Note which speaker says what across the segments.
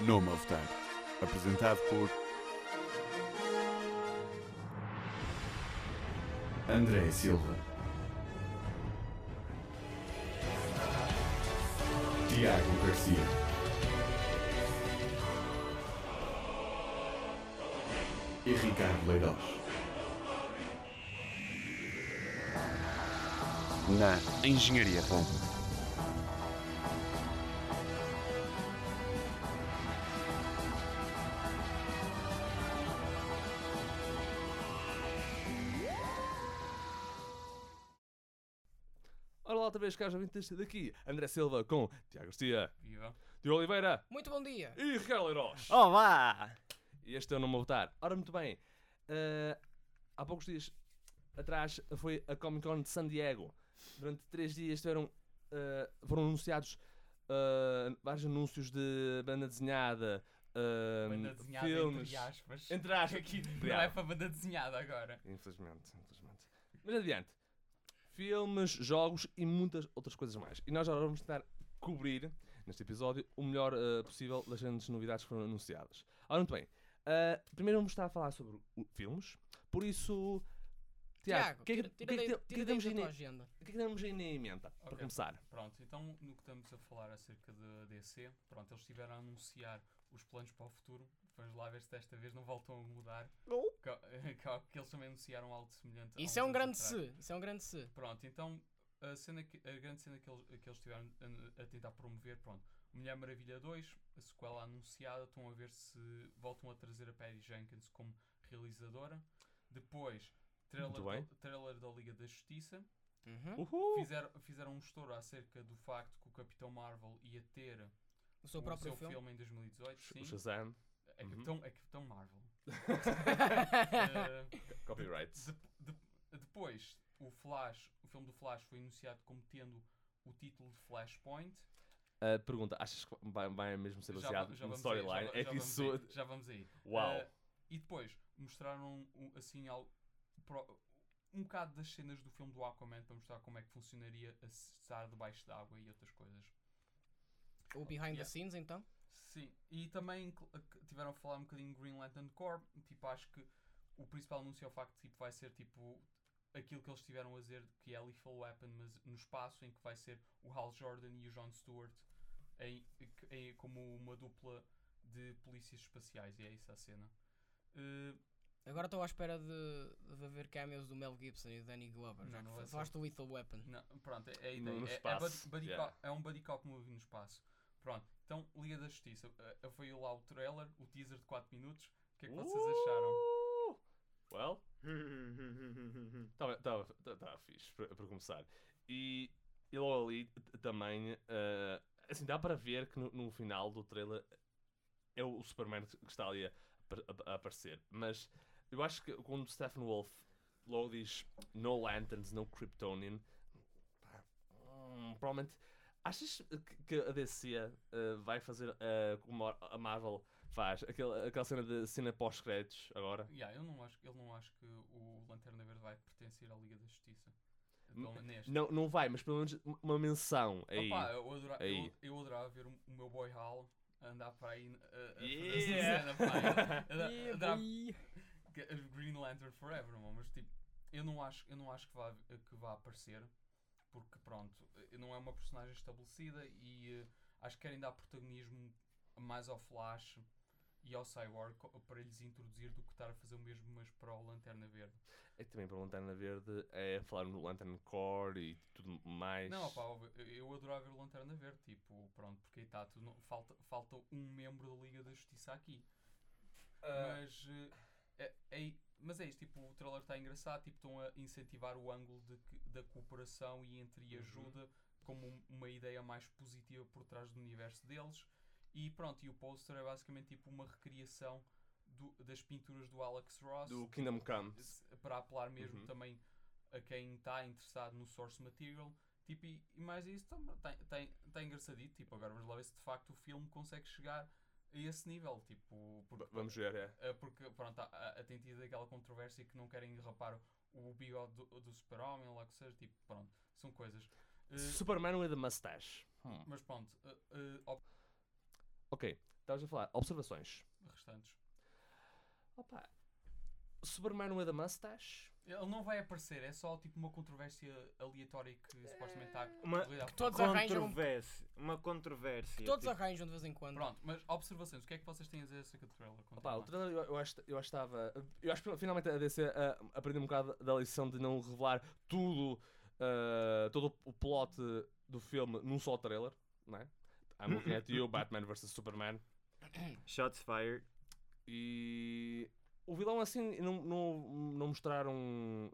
Speaker 1: Nome a Votar. Apresentado por André Silva, Tiago Garcia e Ricardo Leiroz. Na Engenharia Relva.
Speaker 2: Ora lá outra vez, caros ouvintes, daqui André Silva com Tiago Garcia,
Speaker 3: Viva.
Speaker 2: Diogo Oliveira
Speaker 3: Muito bom dia!
Speaker 2: e Ricardo Leiroz.
Speaker 4: Olá!
Speaker 2: E este é o Não Me Votar. Ora, muito bem, eh, há poucos dias atrás foi a Comic Con de San Diego. Durante três dias tiveram, eh, foram anunciados eh, vários anúncios de banda desenhada, eh,
Speaker 3: Banda desenhada
Speaker 2: filmes...
Speaker 3: entre aspas.
Speaker 2: Entre aspas.
Speaker 3: Aqui não
Speaker 2: Obrigado.
Speaker 3: é para banda desenhada agora.
Speaker 2: Infelizmente, infelizmente. Mas adiante. Filmes, jogos e muitas outras coisas mais. E nós agora vamos tentar cobrir, neste episódio, o melhor eh, possível das grandes novidades que foram anunciadas. Ora, muito bem. ah, primeiro vamos estar a falar sobre o- filmes. Por isso... Tiago, o que é que-
Speaker 3: tira,
Speaker 2: o que
Speaker 3: tira, daí-
Speaker 2: é que te- o que é
Speaker 3: tira
Speaker 2: que
Speaker 3: daí
Speaker 2: temos
Speaker 3: da
Speaker 2: aí
Speaker 3: tua
Speaker 2: na-
Speaker 3: agenda.
Speaker 2: o que é que temos aí na emenda, para
Speaker 3: Ok.
Speaker 2: começar?
Speaker 3: Pronto, então no que estamos a falar acerca da DC, pronto, eles estiveram a anunciar os planos para o futuro. Vamos lá ver se desta vez não voltam a mudar. Ca- ca- Que eles também anunciaram algo semelhante. há
Speaker 5: Isso é
Speaker 3: uns
Speaker 5: um
Speaker 3: anos
Speaker 5: grande
Speaker 3: atrás.
Speaker 5: se. Isso é um grande se.
Speaker 3: Pronto, então a, cena que- a grande cena que eles, que eles tiveram eh, a, a tentar promover, pronto, Mulher Maravilha 2, a sequela anunciada, estão a ver se voltam a trazer a Patty Jenkins como realizadora. Depois, trailer,
Speaker 2: Muito bem. Uh!
Speaker 3: da, trailer da Liga da Justiça.
Speaker 5: Uhum.
Speaker 2: Uhul!
Speaker 3: Fizeram, fizeram um estouro acerca do facto que o Capitão Marvel ia ter
Speaker 5: O seu
Speaker 3: o
Speaker 5: próprio
Speaker 3: seu filme.
Speaker 5: filme.
Speaker 3: em 2018.
Speaker 2: O
Speaker 3: Sim,
Speaker 2: Shazam.
Speaker 3: é
Speaker 2: Uhum.
Speaker 3: Capitão, é Capitão Marvel. Eh,
Speaker 2: Copyrights.
Speaker 3: de- de- depois, o Flash, o filme do Flash foi anunciado como tendo o título de Flashpoint.
Speaker 2: Ah, pergunta, achas que vai, vai mesmo ser baseado
Speaker 3: va-
Speaker 2: na
Speaker 3: vamos aí,
Speaker 2: storyline?
Speaker 3: va-
Speaker 2: É que
Speaker 3: vamos
Speaker 2: isso...
Speaker 3: aí, já vamos aí.
Speaker 2: Uau!
Speaker 3: Eh, e depois, mostraram um- assim al- pro- um bocado das cenas do filme do Aquaman para mostrar como é que funcionaria a estar debaixo d'água e outras coisas.
Speaker 5: O Behind
Speaker 3: Yeah.
Speaker 5: the Scenes, então.
Speaker 3: Sim, e também cl- que tiveram a falar um bocadinho de Green Lantern Corps. Tipo, acho que o principal anúncio é o facto que tipo, vai ser tipo aquilo que eles tiveram a dizer que é Lethal Weapon, mas no espaço em que vai ser o Hal Jordan e o Jon Stewart em, que- em- como uma dupla de polícias espaciais. E é isso a cena. Eh,
Speaker 5: Agora estou à espera de, de haver cameos do Mel Gibson e do Danny Glover.
Speaker 3: Não,
Speaker 5: Já
Speaker 3: não
Speaker 5: que
Speaker 3: vai ser.
Speaker 5: falaste do Lethal Weapon.
Speaker 3: Não, pronto, é é
Speaker 2: No-
Speaker 3: a ideia.
Speaker 2: no
Speaker 3: é, é
Speaker 2: espaço,
Speaker 3: buddy- buddy
Speaker 2: yeah.
Speaker 3: cop- é um buddy cop movie no espaço. Pronto, então Liga da Justiça. eh, eh, Foi lá o trailer, o teaser de 4 minutos. O que é que vocês acharam?
Speaker 2: Uh, Well, estava tá fixe para para começar. E, e logo ali t- também, eh, assim, dá para ver que no, no final do trailer é o Superman que que está ali a, a- a aparecer. Mas eu acho que quando o Stephen Wolf logo diz No Lanterns, No Kryptonian, pá, hum, provavelmente. Achas que- que a DC eh, vai fazer eh, como a- a Marvel faz? Aquela, aquela cena de cena pós-créditos agora?
Speaker 3: Yeah, eu não acho, eu não acho que o Lanterna Verde vai pertencer à Liga da Justiça. Pelo menos neste.
Speaker 2: Não, não vai, mas pelo menos uma menção aí.
Speaker 3: Opa, eu, adora,
Speaker 2: aí.
Speaker 3: eu, eu adorava ver o, o meu boy Hal a andar para aí a, a
Speaker 2: Yeah.
Speaker 3: fazer essa cena, pá. Eu- eu adora-
Speaker 5: Yeah,
Speaker 3: adorava-
Speaker 5: boy.
Speaker 3: que- uh, Green Lantern Forever, meu, mas tipo, eu não acho, eu não acho que, vá, que vá aparecer, porque pronto, eh, não é uma personagem estabelecida e eh, acho que querem dar protagonismo mais ao Flash e ao Cyborg co- para lhes introduzir do que estar a fazer o mesmo, mas para o Lanterna Verde.
Speaker 2: É que também para o Lanterna Verde é falar no Lanterna Core e tudo mais.
Speaker 3: Não, pá, eu- eu adorava ver o Lanterna Verde, tipo, pronto, porque aí está tudo. no- Falta, falta um membro da Liga da Justiça aqui. Mas, eh, é, é- mas é isto, tipo, o trailer está engraçado, tipo, estão a incentivar o ângulo de que- da cooperação e entre e ajuda como um- uma ideia mais positiva por trás do universo deles. E pronto, e o poster é basicamente tipo uma recriação do- das pinturas do Alex Ross
Speaker 2: Do Kingdom Come.
Speaker 3: se- para apelar mesmo
Speaker 2: Uhum.
Speaker 3: também a quem está interessado no source material. Tipo, e, e mais isso está tem, tem engraçadito. Tipo, agora vamos lá ver se de facto o filme consegue chegar a esse nível. Tipo,
Speaker 2: V-
Speaker 3: porque,
Speaker 2: Vamos ver, é.
Speaker 3: eh, porque pronto, há- há- tem tido aquela controvérsia que não querem rapar o bigode do, do super-homem, lá que seja. Tipo, pronto, são coisas. Eh,
Speaker 2: Superman with a Mustache. Hum.
Speaker 3: mas pronto, eh, eh, op-
Speaker 2: Ok, estavas a falar. Observações.
Speaker 3: Restantes.
Speaker 2: Opa. Superman with a mustache.
Speaker 3: Ele não vai aparecer, é só tipo uma controvérsia aleatória que supostamente tá está
Speaker 4: Uma-
Speaker 3: corrida à
Speaker 5: que todos arranjam. um
Speaker 4: Controvérsia. Uma controvérsia.
Speaker 5: Todos
Speaker 4: tipo,
Speaker 5: arranjam de vez em quando.
Speaker 3: Pronto, mas observações, o que é que vocês têm a dizer acerca do trailer? Contem
Speaker 2: Opa, o
Speaker 3: lá.
Speaker 2: trailer eu, eu, acho, eu acho que estava. Eu acho que finalmente a DC ah, aprendeu um bocado da lição de não revelar tudo, ah, todo o plot do filme num só trailer, não é? I'm looking at you, Batman vs Superman.
Speaker 4: Shots fired.
Speaker 3: É
Speaker 2: E o vilão assim não, não, não mostraram.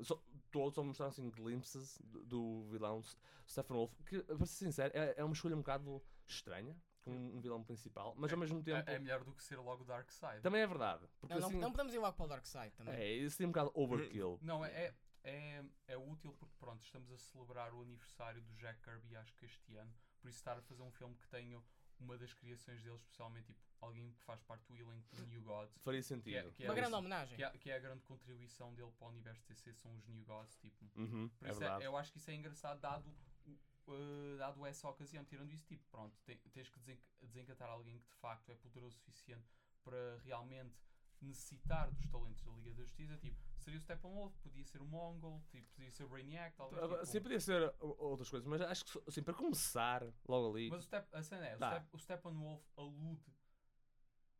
Speaker 2: Só, todos só mostraram assim glimpses do, do vilão S- Stephen Wolf, que para ser sincero é, é uma escolha um bocado estranha, com um vilão principal, mas ao mesmo tempo
Speaker 3: É, é melhor do que ser logo Dark Side.
Speaker 2: também é verdade. Porque
Speaker 5: Não, não,
Speaker 2: assim
Speaker 5: não podemos ir logo para o Dark Side também.
Speaker 2: é isso tem um bocado overkill.
Speaker 3: Não, é, é, é útil porque pronto, estamos a celebrar o aniversário do Jack Kirby, acho que este ano, por isso estar a fazer um filme que tenha uma das criações dele, especialmente tipo, alguém que faz parte do elenco do New Gods,
Speaker 2: Faria
Speaker 3: que é,
Speaker 2: sentido.
Speaker 3: que é
Speaker 5: Uma grande
Speaker 3: o-
Speaker 5: homenagem.
Speaker 3: que é- que é a grande contribuição dele para o universo DC, são os New Gods, tipo,
Speaker 2: Uhum,
Speaker 3: por
Speaker 2: é
Speaker 3: isso é-
Speaker 2: verdade.
Speaker 3: eu acho que isso é engraçado dado, o- o, uh, dado essa ocasião, tirando isso, tipo, pronto, te- tens que desen- desencatar alguém que de facto é poderoso o suficiente para realmente necessitar dos talentos da Liga da Justiça, tipo, seria o Steppenwolf, podia ser o Mongol, tipo, podia ser o Brainiac, talvez,
Speaker 2: Ah,
Speaker 3: tipo,
Speaker 2: Sim, podia ser o- outras coisas, mas acho que só- assim, para começar logo ali.
Speaker 3: mas o, Step, a cena é, o,
Speaker 2: Dá.
Speaker 3: Step, o Steppenwolf alude,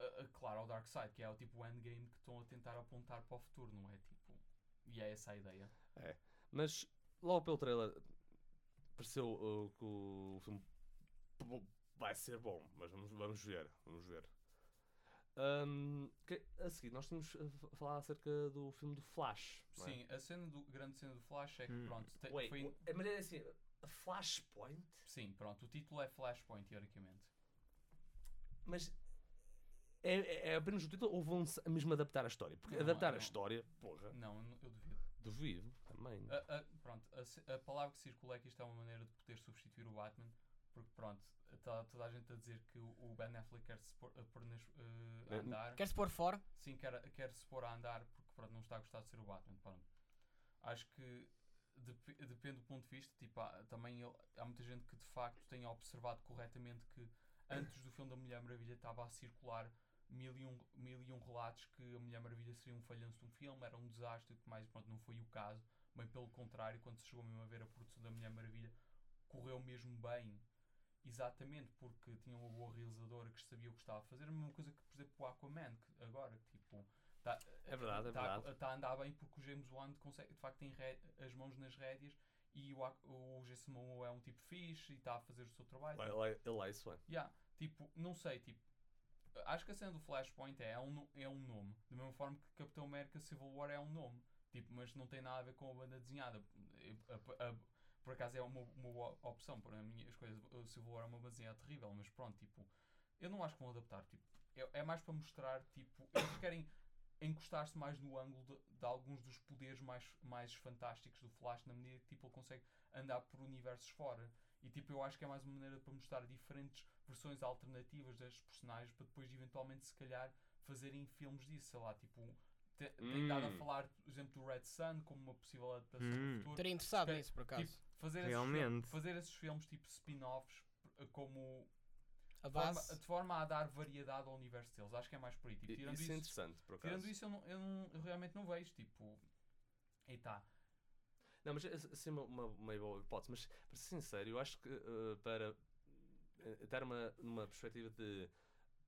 Speaker 3: a, a, claro, ao Darkseid, que é o tipo o endgame que estão a tentar apontar para o futuro, não é, tipo, e é essa a ideia.
Speaker 2: Mas logo pelo trailer pareceu uh, que o filme p- vai ser bom, mas vamos, vamos ver, vamos ver. Ahm, que- a seguir, nós tínhamos a f- falar acerca do filme do Flash. não é?
Speaker 3: Sim, a cena do, grande cena do Flash é que,
Speaker 4: Hum.
Speaker 3: pronto, te-
Speaker 2: Wait,
Speaker 3: foi...
Speaker 2: o- mas é assim, Flashpoint?
Speaker 3: Sim, pronto, o título é Flashpoint, teoricamente.
Speaker 2: Mas é, é- é apenas o título ou vão mesmo adaptar a história? Porque
Speaker 3: Não, é
Speaker 2: adaptar a
Speaker 3: não.
Speaker 2: história, porra,
Speaker 3: Não, eu não- eu duvido.
Speaker 2: duvido também.
Speaker 3: A, a- pronto, a, se- a palavra que circula é que isto é uma maneira de poder substituir o Batman, porque pronto, está toda a gente a dizer que o, o Ben Affleck quer se pôr, a, pôr nas- eh, a
Speaker 2: Eh,
Speaker 3: andar.
Speaker 5: Queres pôr fora?
Speaker 3: Sim, quer, quer se pôr a andar porque pronto, não está a gostar de ser o Batman. Pronto. Acho que dep- depende do ponto de vista. Tipo, há, também ele- há muita gente que de facto tenha observado corretamente que antes do filme da Mulher Maravilha estava a circular mil e, um, mil e um relatos que a Mulher Maravilha seria um falhanço de um filme, era um desastre e tudo mais. Pronto, não foi o caso. Bem pelo contrário, quando se chegou mesmo a ver a produção da Mulher Maravilha, correu mesmo bem. Exatamente, porque tinha uma boa realizadora que sabia o que estava a fazer, a mesma coisa que, por exemplo, o Aquaman, que agora, tipo, tá,
Speaker 2: É verdade, é
Speaker 3: tá-
Speaker 2: verdade.
Speaker 3: tá a andar bem porque o James Wan consegue, de facto, tem ré- as mãos nas rédeas e o, Aqu- o Jason Momoa é um tipo fixe e está a fazer o seu trabalho.
Speaker 2: Ele é- ele é isso, é.
Speaker 3: Yeah, tipo, não sei, tipo, acho que a cena do Flashpoint é um, no- é um nome, da mesma forma que Capitão América Civil War é um nome, tipo, mas não tem nada a ver com a banda desenhada. Eh, a- a- por acaso é uma, uma boa opção, para mim as coisas, o Civil War é uma banda desenhada terrível, mas pronto, tipo, eu não acho que vão adaptar, tipo, é, é mais para mostrar, tipo, eles querem encostar-se mais no ângulo de, de alguns dos poderes mais, mais fantásticos do Flash, na medida que, tipo, ele consegue andar por universos fora. E tipo, eu acho que é mais uma maneira para mostrar diferentes versões alternativas destes personagens para depois eventualmente se calhar fazerem filmes disso, sei lá, tipo, te, tem dado a
Speaker 2: Hum.
Speaker 3: falar, por exemplo, do Red Sun como uma possível adaptação
Speaker 4: Hum.
Speaker 3: do futuro.
Speaker 5: Teria interessado
Speaker 3: Espera,
Speaker 5: nisso, por acaso.
Speaker 3: Tipo, fazer esses,
Speaker 4: Realmente.
Speaker 3: fil- fazer esses filmes tipo spin-offs eh, como forma-
Speaker 5: a base.
Speaker 3: de forma a dar variedade ao universo deles. Acho que é mais por aí. Tipo,
Speaker 2: I-
Speaker 3: tirando
Speaker 2: Isso é
Speaker 3: isso,
Speaker 2: interessante, por acaso.
Speaker 3: tirando isso eu, não, eu, não- eu realmente não vejo. Tipo, e tá.
Speaker 2: Não, mas assim, uma, uma, uma boa hipótese, mas para ser sincero, eu acho que eh, para eh, dar uma, uma perspectiva de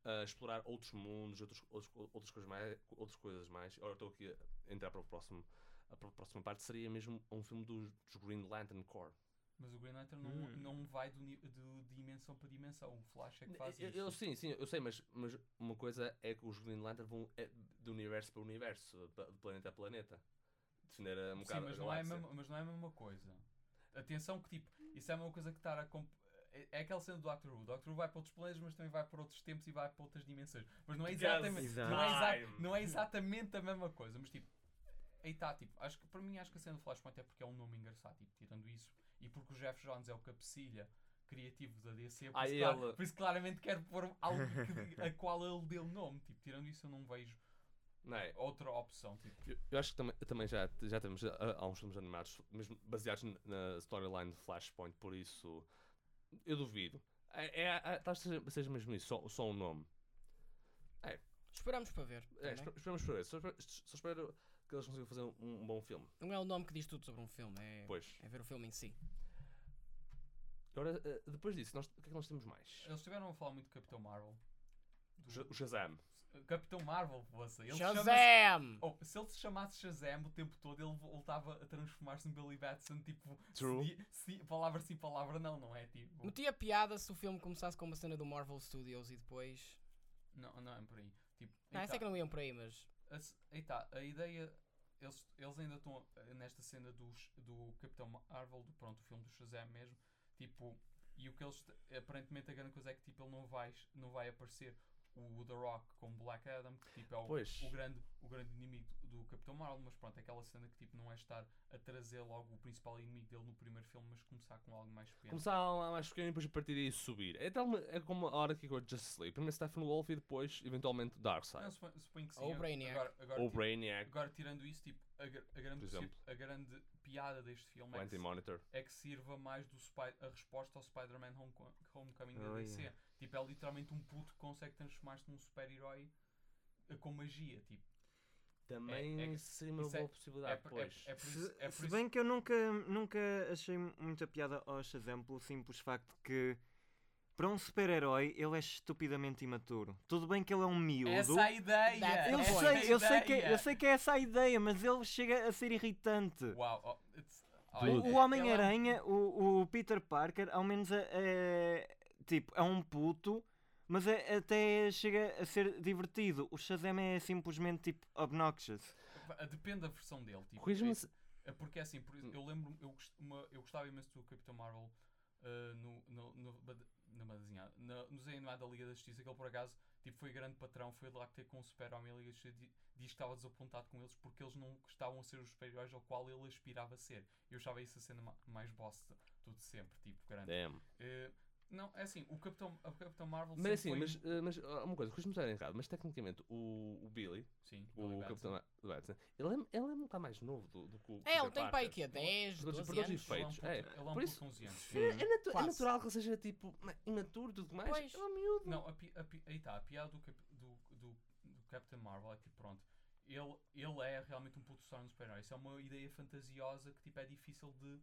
Speaker 2: ah, explorar outros mundos, outros, outros, outras, coisas mais, outras coisas mais, agora estou aqui a entrar para o próximo, a pro- próxima parte, seria mesmo um filme dos, dos Green Lantern Corps.
Speaker 3: Mas o Green Lantern não,
Speaker 4: Hum.
Speaker 3: não vai do ni- de, de dimensão para dimensão. O Flash é que faz
Speaker 2: Eu,
Speaker 3: isso.
Speaker 2: eu- sim, sim, eu sei, mas, mas uma coisa é que os Green Lantern vão é, de universo para universo, pa- de planeta a planeta. Defender eh, um
Speaker 3: Sim,
Speaker 2: bocado
Speaker 3: mas
Speaker 2: a
Speaker 3: não, é a
Speaker 2: galáxia.
Speaker 3: mesma, mas não é a mesma coisa. Atenção que, tipo, isso é a mesma coisa que estar a... comp- É, é aquela cena do Doctor Who. O Doctor Who vai para outros planetas, mas também vai para outros tempos e vai para outras dimensões. Mas não é
Speaker 2: Because
Speaker 3: exatamente... Não é, exa-
Speaker 2: time.
Speaker 3: não é exatamente a mesma coisa, mas, tipo... Aí está, tipo, acho que, para mim, acho que a cena do Flashpoint é porque é um nome engraçado, tipo, tirando isso. E porque o Jeff Jones é o cabecilha criativo da DC, por,
Speaker 2: Ah,
Speaker 3: isso, clara-
Speaker 2: ele.
Speaker 3: por isso claramente quero pôr algo que- a qual ele deu nome. Tipo, tirando isso, eu não vejo
Speaker 2: Não é?
Speaker 3: outra opção, tipo...
Speaker 2: Eu, eu acho que também, também já, já temos ah, há uns filmes animados, mesmo baseados n- na storyline de Flashpoint, por isso eu duvido. É, é, é, estás a dizer- seja mesmo isso, só, só um nome.
Speaker 5: Esperamos para ver.
Speaker 2: É,
Speaker 5: também.
Speaker 2: esper- esperamos por isso. Só, espero- só espero que eles consigam fazer um, um bom filme.
Speaker 5: Não é o nome que diz tudo sobre um filme, é,
Speaker 2: Pois.
Speaker 5: é ver o filme em si.
Speaker 2: Agora, eh, depois disso, nós, o que é que nós temos mais?
Speaker 3: Eles estiveram a falar muito de Capitão Marvel.
Speaker 2: O Sha- O Shazam.
Speaker 3: Capitão Marvel, poça. Ele chama-se-
Speaker 5: Shazam!
Speaker 3: Oh, se ele se chamasse Shazam o tempo todo, ele voltava a transformar-se num Billy Batson, tipo,
Speaker 2: True.
Speaker 3: se di- se- palavra sim, palavra não, não é? Tipo,
Speaker 5: Metia piada se o filme começasse com uma cena do Marvel Studios e depois.
Speaker 3: não, não é por aí. Tipo,
Speaker 5: Não, é
Speaker 3: aí
Speaker 5: eu sei que
Speaker 3: tá,
Speaker 5: não iam por aí, mas.
Speaker 3: a, se- aí tá, a ideia, eles, eles ainda estão eh, nesta cena dos, do Capitão Marvel, do, pronto, o filme do Shazam mesmo, tipo, e o que eles, t- aparentemente a grande coisa é que tipo, ele não vai, não vai aparecer o The Rock como Black Adam, que tipo é o,
Speaker 2: Pois.
Speaker 3: o grande, o grande inimigo do Capitão Marvel, mas pronto, aquela cena que tipo não é estar a trazer logo o principal inimigo dele no primeiro filme, mas começar com algo mais pequeno.
Speaker 2: Começar lá mais pequeno e depois a partir daí subir. É, tal, é como a hora que agora Just Sleep. Primeiro Stephen Wolf e depois, eventualmente,
Speaker 3: Não,
Speaker 2: Darkseid.
Speaker 3: supo- suponho que sim.
Speaker 5: Ou
Speaker 3: ag-
Speaker 5: Brainiac.
Speaker 3: Agora, agora,
Speaker 2: Ou
Speaker 3: tipo,
Speaker 2: Brainiac,
Speaker 3: agora, tirando isso, tipo, a, gr- a grande,
Speaker 2: Por
Speaker 3: possi-
Speaker 2: exemplo.
Speaker 3: a grande piada deste filme
Speaker 2: o
Speaker 3: é que, se-
Speaker 2: Anti-Monitor.
Speaker 3: é que sirva mais do Spi- a resposta ao Spider-Man Homeco- Homecoming da
Speaker 4: Oh,
Speaker 3: DC.
Speaker 4: yeah.
Speaker 3: Tipo, é literalmente um puto que consegue transformar-se num super-herói eh, com magia, tipo.
Speaker 2: Também
Speaker 3: é-
Speaker 2: seria uma
Speaker 3: isso é-
Speaker 2: boa
Speaker 3: É,
Speaker 2: possibilidade,
Speaker 3: por- é,
Speaker 2: Ah, pois.
Speaker 3: é por isso,
Speaker 4: Se,
Speaker 3: é
Speaker 4: se
Speaker 3: por isso
Speaker 4: bem que eu nunca, nunca achei muita piada ao Shazam pelo simples facto que para um super-herói ele é estupidamente imaturo. Tudo bem que ele é um miúdo.
Speaker 3: Essa a ideia!
Speaker 5: That's
Speaker 4: Eu
Speaker 5: É
Speaker 3: essa
Speaker 4: sei, eu sei, que,
Speaker 3: ideia.
Speaker 4: eu sei que é essa a ideia, mas ele chega a ser irritante.
Speaker 3: Uau, oh, it's-
Speaker 4: O,
Speaker 3: olha,
Speaker 4: o
Speaker 3: ele-
Speaker 4: Homem-Aranha, o, o Peter Parker, ao menos é- é. Tipo, é um puto, mas é- até chega a ser divertido. O Shazam é simplesmente tipo obnoxious.
Speaker 3: ele- Depende da versão dele, tipo.
Speaker 2: Corrige-me se-
Speaker 3: É porque assim, por
Speaker 2: Hum.
Speaker 3: exemplo, eu lembro eu, gost- uma- eu gostava imenso do Capitão Marvel ah, no, no, no, bad- na badazinhada, na, no desenho animado da Liga da Justiça, que ele por acaso tipo, foi grande patrão, foi lá ter com o Super-Homem e a Liga da Justiça di- diz que estava desapontado com eles porque eles não estavam a ser os super-heróis ao qual ele aspirava a ser. Eu achava isso a cena ma- mais boss de tudo sempre, tipo, grande.
Speaker 2: Damn.
Speaker 3: Eh, não, é assim, o Capitão, o Capitão Marvel
Speaker 2: Mas assim,
Speaker 3: sempre
Speaker 2: mas,
Speaker 3: foi... um-
Speaker 5: um
Speaker 2: eh, mas ah, uma coisa, corrijo-me se eu estiver errado, mas tecnicamente o, o Billy,
Speaker 3: Sim,
Speaker 2: o
Speaker 3: Billy
Speaker 2: Capitão
Speaker 3: Batson.
Speaker 2: Ma- Batson, ele é, ele é um bocado mais novo do, do que o.
Speaker 5: É,
Speaker 2: Peter
Speaker 5: ele tem para aí
Speaker 2: Parker.
Speaker 5: quê? 10,
Speaker 2: Por todos-
Speaker 5: 12
Speaker 2: por todos os
Speaker 5: anos?
Speaker 3: Ele é um
Speaker 2: feitos,
Speaker 3: puto-
Speaker 2: é.
Speaker 3: Ele é um
Speaker 2: Por isso-
Speaker 3: puto 11 anos.
Speaker 2: É, é natu- é
Speaker 5: Quase.
Speaker 2: natural que ele seja tipo ma- imaturo e tudo mais.
Speaker 5: Pois.
Speaker 2: Ele é um miúdo.
Speaker 3: Não, a, pi- a pi- aí está, a piada do, cap- do, do, do Captain Marvel é que, pronto, ele, ele é realmente um puto só no super-herói. Isso é uma ideia fantasiosa que, tipo, é difícil de,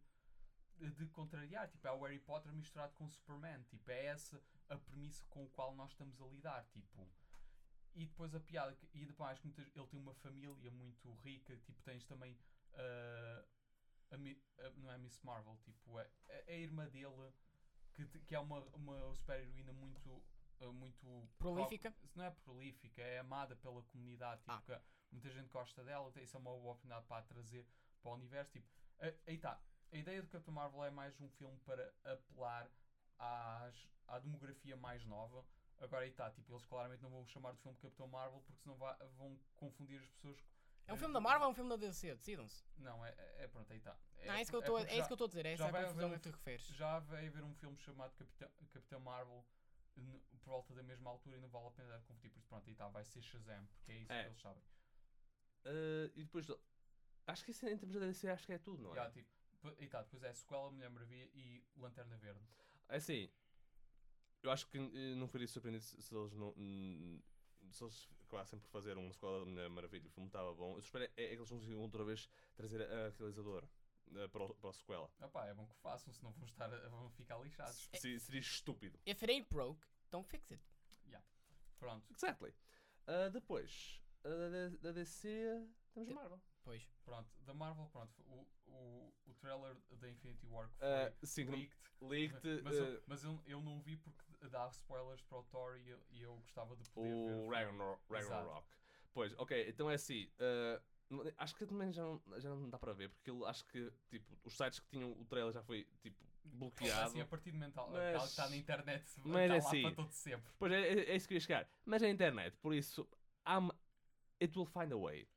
Speaker 3: de- de contrariar. Tipo, é o Harry Potter misturado com o Superman. Tipo, é essa a premissa com a qual nós estamos a lidar, tipo... E depois a piada, que- e depois que muitas- ele tem uma família muito rica, tipo, tens também ah, a Mi- a- não é a Miss Marvel, tipo, é, é a irmã dele, que, te- que é uma, uma super-heroína muito, ah, muito...
Speaker 5: Prolífica?
Speaker 3: pro- Não é prolífica, é amada pela comunidade, tipo,
Speaker 5: Ah.
Speaker 3: que muita gente gosta dela, tem- isso é uma boa oportunidade para a trazer para o universo, tipo, a- aí está, a ideia do Capitão Marvel é mais um filme para apelar às, à demografia mais nova. Agora aí está, tipo, eles claramente não vão chamar de filme Capitão Marvel porque senão vá- vão confundir as pessoas.
Speaker 5: É um filme da Marvel ou é um filme da DC? Decidam-se.
Speaker 3: Não, é, é- é pronto, aí está.
Speaker 5: Não, é isso que eu estou a-
Speaker 3: porque
Speaker 5: é isso que eu estou a dizer, é
Speaker 3: já
Speaker 5: essa a
Speaker 3: vai
Speaker 5: confusão
Speaker 3: haver
Speaker 5: a que tu referes.
Speaker 3: já vai haver um filme chamado Capitão, Capitão Marvel n- por volta da mesma altura e não vale a pena confundir, por isso pronto, aí está, vai ser Shazam, porque é isso
Speaker 2: É.
Speaker 3: que eles sabem.
Speaker 2: Eh, e depois. Acho que isso em termos da DC, acho que é tudo, não é?
Speaker 3: Já, tipo, p- aí está, depois é Sequela, Mulher Maravilha e Lanterna Verde.
Speaker 2: É assim, eu acho que eh, não faria surpreendido se, se eles não. hum, Se eles acabassem por fazer uma escola da Mulher Maravilha, o filme estava bom. Eu espero é, é que eles consigam outra vez trazer a, a realizadora eh, para, o- para a sequela.
Speaker 3: Opá, é bom que façam, senão vão, estar, a- vão ficar lixados.
Speaker 2: Se- se- seria estúpido.
Speaker 5: If it ain't broke, don't fix it.
Speaker 3: Pronto,
Speaker 2: Exactly. Ah, depois, ah, da, da- da DC, temos
Speaker 5: Te-
Speaker 2: Marvel.
Speaker 5: Pois.
Speaker 3: Pronto, da Marvel, pronto, o, o, o trailer da Infinity War que
Speaker 2: Ah,
Speaker 3: foi
Speaker 2: sim, que não-
Speaker 3: leaked,
Speaker 2: leaked
Speaker 3: mas, eu,
Speaker 2: ah,
Speaker 3: mas eu, eu não vi porque dá spoilers para o Thor e eu, e eu gostava de poder ver.
Speaker 2: o
Speaker 3: filme.
Speaker 2: Ragnar- Ragnarok. Pois, ok, então é assim. ah, não- acho que também já não, já não dá para ver, porque eu acho que tipo, os sites que tinham o trailer já foi tipo,
Speaker 3: Opa,
Speaker 2: bloqueado.
Speaker 3: assim, a partir do mental,
Speaker 2: Mas-
Speaker 3: aquela que está na internet, se-
Speaker 2: mas
Speaker 3: está
Speaker 2: é
Speaker 3: lá
Speaker 2: assim.
Speaker 3: para todo sempre.
Speaker 2: Pois é, é, é isso que eu ia chegar. Mas é a internet, por isso, I'm, it will find a way.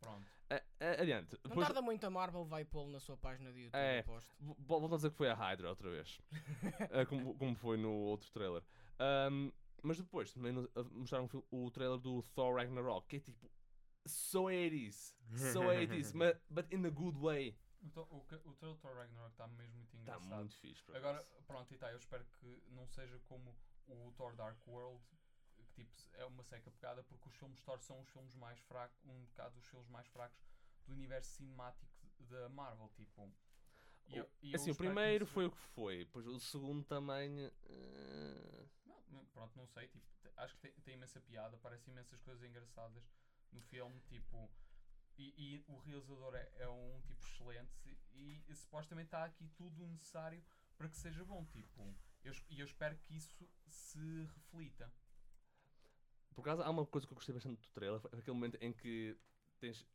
Speaker 3: Pronto.
Speaker 2: Ah, ah, adiante.
Speaker 5: Não
Speaker 2: Depois,
Speaker 5: tarda muito a Marvel vai pô-lo na sua página de YouTube,
Speaker 2: É.
Speaker 5: aposto.
Speaker 2: vo- volto a dizer que foi a Hydra outra vez. Ah, como, como foi no outro trailer. Ahm, mas depois também no- ah, mostraram o fil- o trailer do Thor Ragnarok, que é tipo. So 80s. So 80s, but, but in a good way.
Speaker 3: O, to- o, ca- o trailer do Thor Ragnarok está mesmo muito
Speaker 2: Está
Speaker 3: engraçado.
Speaker 2: muito fixe. por
Speaker 3: Agora,
Speaker 2: acaso.
Speaker 3: pronto, e tá, eu espero que não seja como o Thor Dark World, que tipo, é uma seca pegada, porque os filmes Thor são os filmes mais fracos, um bocado os filmes mais fracos do universo cinemático da Marvel, tipo. E eu- e eu
Speaker 2: assim, o
Speaker 3: espero que não
Speaker 2: primeiro
Speaker 3: seja-
Speaker 2: foi o que foi, depois o segundo também. eh,
Speaker 3: Não, não, pronto, não sei, tipo, te- acho que tem, tem imensa piada, parece imensas coisas engraçadas no filme, tipo. E, e o realizador é, é um tipo excelente e, e supostamente está aqui tudo o necessário para que seja bom, tipo. eu es- E eu, espero que isso se reflita.
Speaker 2: Por acaso, há uma coisa que eu gostei bastante do trailer, foi aquele momento em que tens as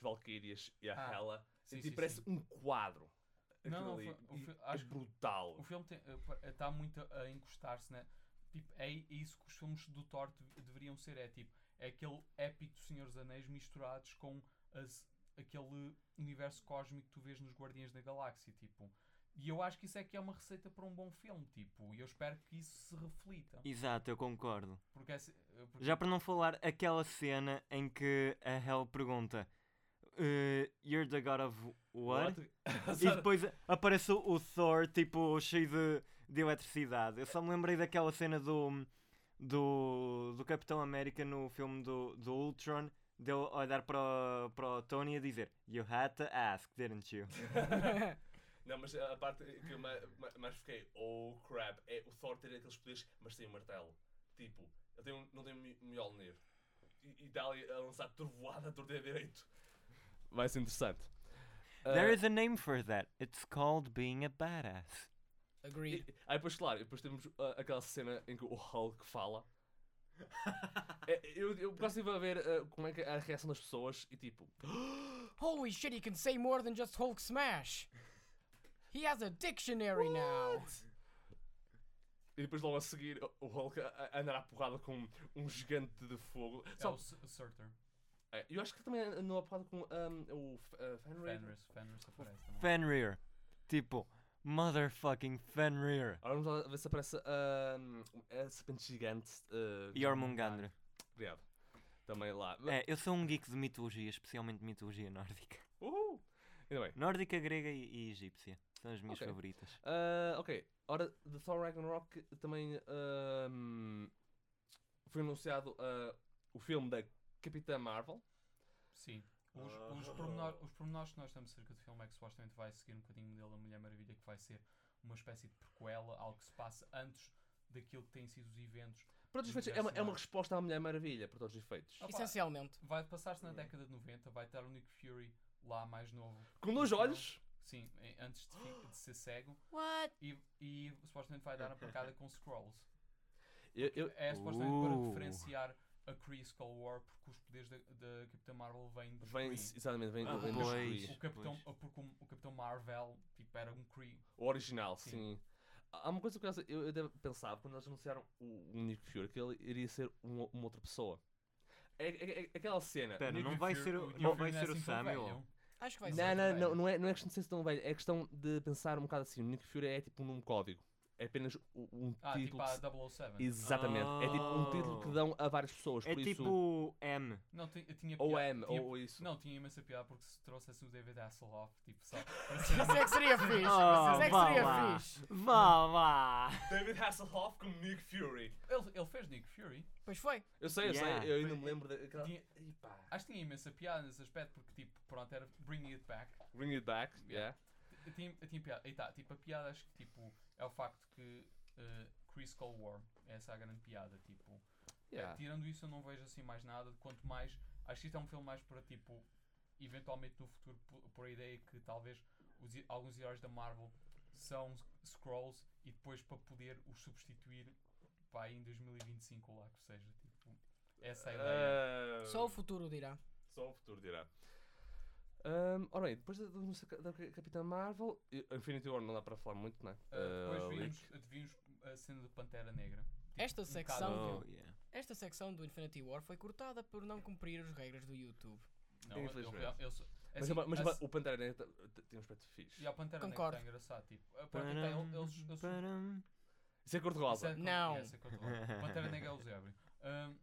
Speaker 2: Valkyrias e a
Speaker 3: Ah,
Speaker 2: Hela,
Speaker 3: sim,
Speaker 2: e tipo,
Speaker 3: sim,
Speaker 2: parece
Speaker 3: sim.
Speaker 2: um quadro.
Speaker 3: Não,
Speaker 2: Aquilo
Speaker 3: não,
Speaker 2: ali,
Speaker 3: foi- o
Speaker 2: e
Speaker 3: fi-
Speaker 2: é
Speaker 3: acho que
Speaker 2: brutal.
Speaker 3: O filme eh, está tá muito a- a encostar-se, né? Tipo, é i- é isso que os filmes do Thor de- deveriam ser. É tipo, é aquele épico dos Senhores dos Anéis misturados com as- aquele universo cósmico que tu vês nos Guardiões da Galáxia, tipo. E eu acho que isso é que é uma receita para um bom filme, tipo. E eu espero que isso se reflita.
Speaker 4: Exato, eu concordo.
Speaker 3: Porque, essa- eh, porque-
Speaker 4: Já para não falar aquela cena em que a Hell pergunta "Eh, You're the God of War? E
Speaker 2: Sabe?
Speaker 4: depois apareceu o Thor, tipo, cheio de, de eletricidade. Eu só me lembrei daquela cena do, do, do Capitão América no filme do, do Ultron, dele a olhar para o, para o Tony e a dizer You had to ask, didn't you?
Speaker 2: Não, mas a parte que eu ma- ma- mais fiquei, oh crap, é o Thor ter aqueles poderes, mas tem um martelo. Tipo, ele tem um- não tem um mi- Mjolnir. E, e dá ali a lançar trovoada a torta direito. Vai ser interessante. É. Ah,
Speaker 4: There is a name for that. It's called being a badass.
Speaker 5: Agreed.
Speaker 2: E- Aí depois, claro, depois temos ah, aquela cena em que o Hulk fala. É, eu, eu quase estive a ver ah, como é que é a reação das pessoas e tipo.
Speaker 5: Holy shit, he can say more than just Hulk smash. He has a dictionary now.
Speaker 2: E depois logo a seguir o Hulk a, a andar à porrada com um gigante de fogo.
Speaker 3: é
Speaker 2: Só-
Speaker 3: o S- Surtur.
Speaker 2: é, eu acho que também andou à porrada com ah, o F- ah, Fenrir.
Speaker 3: Fenris. Fenris aparece também.
Speaker 4: Fenrir. Tipo, motherfucking Fenrir.
Speaker 2: Agora vamos lá ver se aparece ah, a serpente gigante. ah,
Speaker 4: Jormungandr.
Speaker 2: Obrigado. Também lá.
Speaker 4: É, eu sou um geek de mitologia, especialmente de mitologia nórdica.
Speaker 2: Uhul! Ainda bem.
Speaker 4: Nórdica, grega e, e egípcia. São as minhas
Speaker 2: Ok.
Speaker 4: favoritas.
Speaker 2: Ah, ok, ora, The Thor Ragnarok também ahm, foi anunciado ah, o filme da Capitã Marvel.
Speaker 3: Sim. Os, os, pormenor- os pormenores que nós estamos acerca do filme é que supostamente vai seguir um bocadinho o modelo da Mulher Maravilha, que vai ser uma espécie de prequela, algo que se passa antes daquilo que têm sido os eventos.
Speaker 2: Para todos os efeitos, é uma, é uma resposta à Mulher Maravilha, para todos os efeitos.
Speaker 3: Opa,
Speaker 5: Essencialmente.
Speaker 3: Vai passar-se na década de 90, vai estar o Nick Fury lá mais novo.
Speaker 2: Com dois olhos,
Speaker 3: Sim, em- antes de, fi- de ser cego.
Speaker 5: What?
Speaker 3: E, e supostamente vai dar a pancada com Scrolls.
Speaker 2: eu, eu-
Speaker 3: É supostamente para
Speaker 4: Uh.
Speaker 3: referenciar a Kree Skull War, porque os poderes da, da Capitã Marvel vêm dos
Speaker 2: vem,
Speaker 3: Kree.
Speaker 2: exatamente, vem,
Speaker 4: Ah,
Speaker 2: vem
Speaker 4: pois.
Speaker 2: dos Kree.
Speaker 3: O Capitão, porque o, o Capitão Marvel tipo, era um Kree.
Speaker 2: O original, sim.
Speaker 3: Sim.
Speaker 2: Há uma coisa que eu, eu devo- pensava quando eles anunciaram o, o Nick Fury, que ele iria ser um- uma outra pessoa. É, é- é- aquela cena.
Speaker 4: Espera,
Speaker 3: Nick
Speaker 4: não vai
Speaker 3: Fury-
Speaker 4: ser
Speaker 3: o
Speaker 4: o,
Speaker 3: Nick
Speaker 4: não
Speaker 3: Fury
Speaker 4: vai
Speaker 3: não é
Speaker 4: ser o
Speaker 3: assim tão
Speaker 4: Samuel.
Speaker 3: velho.
Speaker 5: Acho que vai
Speaker 2: Não, não,
Speaker 5: ser.
Speaker 2: não,
Speaker 3: velho.
Speaker 2: não é, não é questão de ser tão velho, é questão de pensar um bocado assim. O Nick Fury é tipo um código, é apenas u- um
Speaker 3: Ah, tipo
Speaker 2: título. que
Speaker 3: a
Speaker 2: se-
Speaker 3: 007.
Speaker 2: Exatamente, é tipo um título que
Speaker 4: Oh.
Speaker 2: dão a várias pessoas,
Speaker 4: É
Speaker 2: por isso.
Speaker 4: tipo M.
Speaker 3: Não, ti- tinha
Speaker 2: Ou é
Speaker 3: piada-
Speaker 2: M,
Speaker 3: tinha-
Speaker 2: ou isso.
Speaker 3: tipo, Não, tinha imensa piada porque se trouxesse o David Hasselhoff, tipo, só.
Speaker 5: Isso é que seria fixe. Isso é que
Speaker 4: vá
Speaker 5: seria
Speaker 4: lá.
Speaker 5: fixe.
Speaker 4: Vá lá!
Speaker 2: David Hasselhoff com Nick Fury.
Speaker 3: ele, ele fez Nick Fury.
Speaker 5: Pois foi.
Speaker 2: Eu sei, eu
Speaker 4: Yeah.
Speaker 2: sei, eu ainda me lembro daquela.
Speaker 3: Tinha-
Speaker 2: Epá.
Speaker 3: acho que tinha imensa piada nesse aspecto porque, tipo, pronto, era Bring It Back.
Speaker 2: Bring it back, yeah.
Speaker 3: T- Tinha, tinha piada. E tá, tipo, a piada acho que, tipo, é o facto que eh, Chris Cole War, essa é a grande piada, tipo.
Speaker 2: yeah.
Speaker 3: Tirando isso, eu não vejo assim mais nada. Quanto mais. Acho que isto é um filme mais para tipo. Eventualmente no futuro, por, por a ideia que talvez os he- alguns heróis da Marvel são Scrolls e depois para poder os substituir pá, em 2025 ou lá que seja. Tipo, essa é a ideia.
Speaker 2: Ah,
Speaker 5: Só o futuro dirá.
Speaker 2: Só o futuro dirá. Ahm, ora bem, depois da, da anúncio da Capitã Marvel, e- Infinity War não dá para falar muito, não é?
Speaker 3: Ah,
Speaker 2: Ah,
Speaker 3: depois
Speaker 2: leak.
Speaker 3: vimos, vimos a cena do Pantera Negra.
Speaker 5: Esta secção
Speaker 3: Um bocado-
Speaker 5: viu.
Speaker 4: Oh, yeah.
Speaker 5: Esta secção do Infinity War foi cortada por não cumprir as regras do YouTube.
Speaker 3: Não, eu- eu- eu- eu sou- é
Speaker 2: Mas,
Speaker 3: assim,
Speaker 2: o- mas
Speaker 3: a-
Speaker 2: o- o Pantera Negra tá- tá- tem um aspecto fixe.
Speaker 3: E a Pantera Negra
Speaker 5: Concordo.
Speaker 3: está engraçado. Tipo, a Pantera, eles, eles, eles
Speaker 4: Param,
Speaker 2: Isso é cor-de-rosa.
Speaker 3: Isso é cor-
Speaker 5: Não.
Speaker 3: é, isso é cor-de-rosa. Pantera Negra é o zebra. Ahm,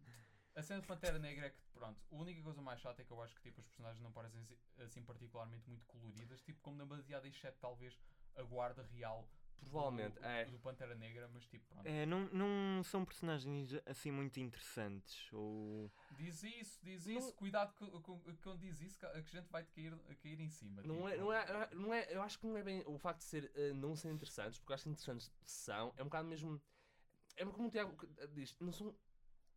Speaker 3: A cena de Pantera Negra é que, pronto, a única coisa mais chata é que eu acho que tipo, as personagens não parecem si- assim particularmente muito coloridas, tipo como na baseada, exceto talvez a guarda real
Speaker 2: Provavelmente,
Speaker 3: do,
Speaker 2: é.
Speaker 3: do Pantera Negra, mas tipo, pronto.
Speaker 4: É, não, não são personagens assim muito interessantes. Ou
Speaker 3: Diz isso, diz
Speaker 2: Não-
Speaker 3: isso, cuidado co- com- quando diz isso, que a que a gente vai te cair, a cair em cima.
Speaker 2: Não
Speaker 3: tipo.
Speaker 2: é, não, é, não é, eu acho que não é bem o facto de ser, eh, não ser interessantes, porque eu acho que interessantes são, é um bocado mesmo. É como o Tiago eh, diz, não são.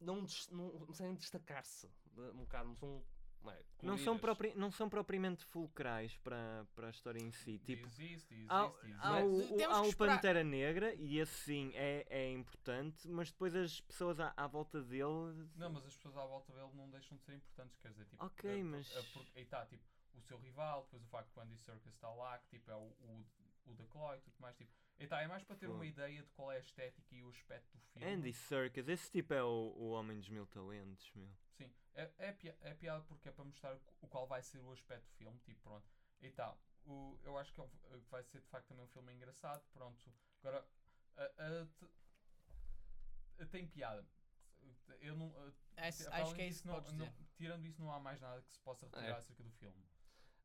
Speaker 2: Não, des- não, não conseguem destacar-se eh, um bocado, não são. Não, é,
Speaker 4: não, são
Speaker 2: coloridas.
Speaker 4: propri- não são propriamente fulcrais para, para a história em si. Tipo,
Speaker 3: diz isso, diz
Speaker 4: há,
Speaker 3: isso, diz
Speaker 4: há
Speaker 3: isso.
Speaker 5: Mas
Speaker 4: o, o-
Speaker 5: temos
Speaker 4: há
Speaker 5: que
Speaker 4: o
Speaker 5: esperar.
Speaker 4: Pantera Negra, e esse sim é, é importante, mas depois as pessoas à, à volta dele.
Speaker 3: Não, mas as pessoas à volta dele não deixam de ser importantes, quer dizer, tipo...
Speaker 4: Ok,
Speaker 3: a- a-
Speaker 4: mas-
Speaker 3: a- porque- aí está, tipo, o seu rival, depois o facto que o Andy Serkis está lá, que tipo é o, o, o da Chloe, tudo mais, tipo... Aí tá, é mais para ter uma
Speaker 4: Fogo.
Speaker 3: ideia de qual é a estética e o aspecto do filme.
Speaker 4: Andy Serkis, esse tipo é o, o homem dos mil talentos, meu.
Speaker 3: Sim, é, é, pia- é piada porque é para mostrar o qu- o qual vai ser o aspecto do filme, tipo, pronto. E tal, o, eu acho que é um f- eh, que vai ser de facto também um filme engraçado, pronto. Agora, a, a te- a- tem piada. Eu não, a-
Speaker 5: Acho,
Speaker 3: a-
Speaker 5: acho
Speaker 3: além
Speaker 5: que é
Speaker 3: disso,
Speaker 5: isso que
Speaker 3: não-
Speaker 5: podes
Speaker 3: não-
Speaker 5: dizer.
Speaker 3: Tirando isso, não há mais nada que se possa retirar acerca do filme.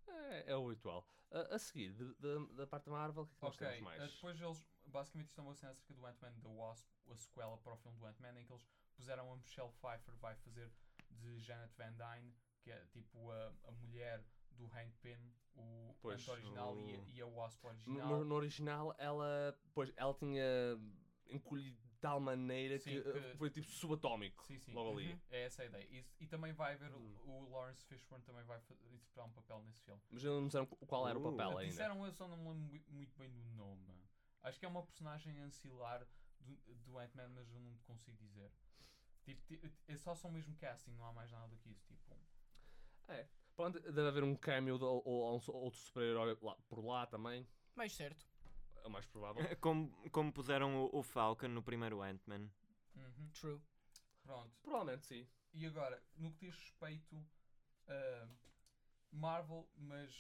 Speaker 2: É, é o habitual. A, a seguir, de- de- da parte da Marvel, o que é que nós
Speaker 3: ok,
Speaker 2: temos
Speaker 3: eh,
Speaker 2: mais?
Speaker 3: depois eles basicamente estão a cena acerca do Ant-Man and the Wasp, a sequela para o filme do Ant-Man, em que eles puseram a Michelle Pfeiffer, vai fazer de Janet Van Dyne, que é tipo a, a mulher do Hank Pym, o
Speaker 2: Pois,
Speaker 3: Ant original e, a-
Speaker 4: o-
Speaker 3: e a Wasp
Speaker 2: No-
Speaker 3: original.
Speaker 2: No, no original, ela. Pois, ela tinha encolhido de tal maneira
Speaker 3: Sim,
Speaker 2: que, eh,
Speaker 3: que-
Speaker 2: foi tipo subatómico.
Speaker 3: Sim, sim.
Speaker 2: Logo ali.
Speaker 5: Uhum.
Speaker 3: É essa a ideia. Isso- E, também vai haver o-
Speaker 2: Hum.
Speaker 3: o Lawrence Fishburne também vai fa- interpretar um papel nesse filme.
Speaker 2: Mas ainda não disseram qual era o
Speaker 4: Uh.
Speaker 2: papel ainda.
Speaker 3: É, Disseram eu só não me lembro mui- muito bem do nome. Acho que é uma personagem ancilar do, do Ant-Man, mas eu não te consigo dizer. Tipo, ti- é só só o mesmo casting, não há mais nada que isso. Tipo,
Speaker 2: Pronto, deve haver um cameo de- ou, ou um su- outro super-herói lá- por lá também.
Speaker 5: Mas certo.
Speaker 2: É o mais provável.
Speaker 4: Como, como puseram o, o Falcon no primeiro Ant-Man.
Speaker 3: uhum,
Speaker 5: True.
Speaker 3: pronto.
Speaker 2: Provavelmente sim.
Speaker 3: E agora, no que diz respeito a Marvel, mas.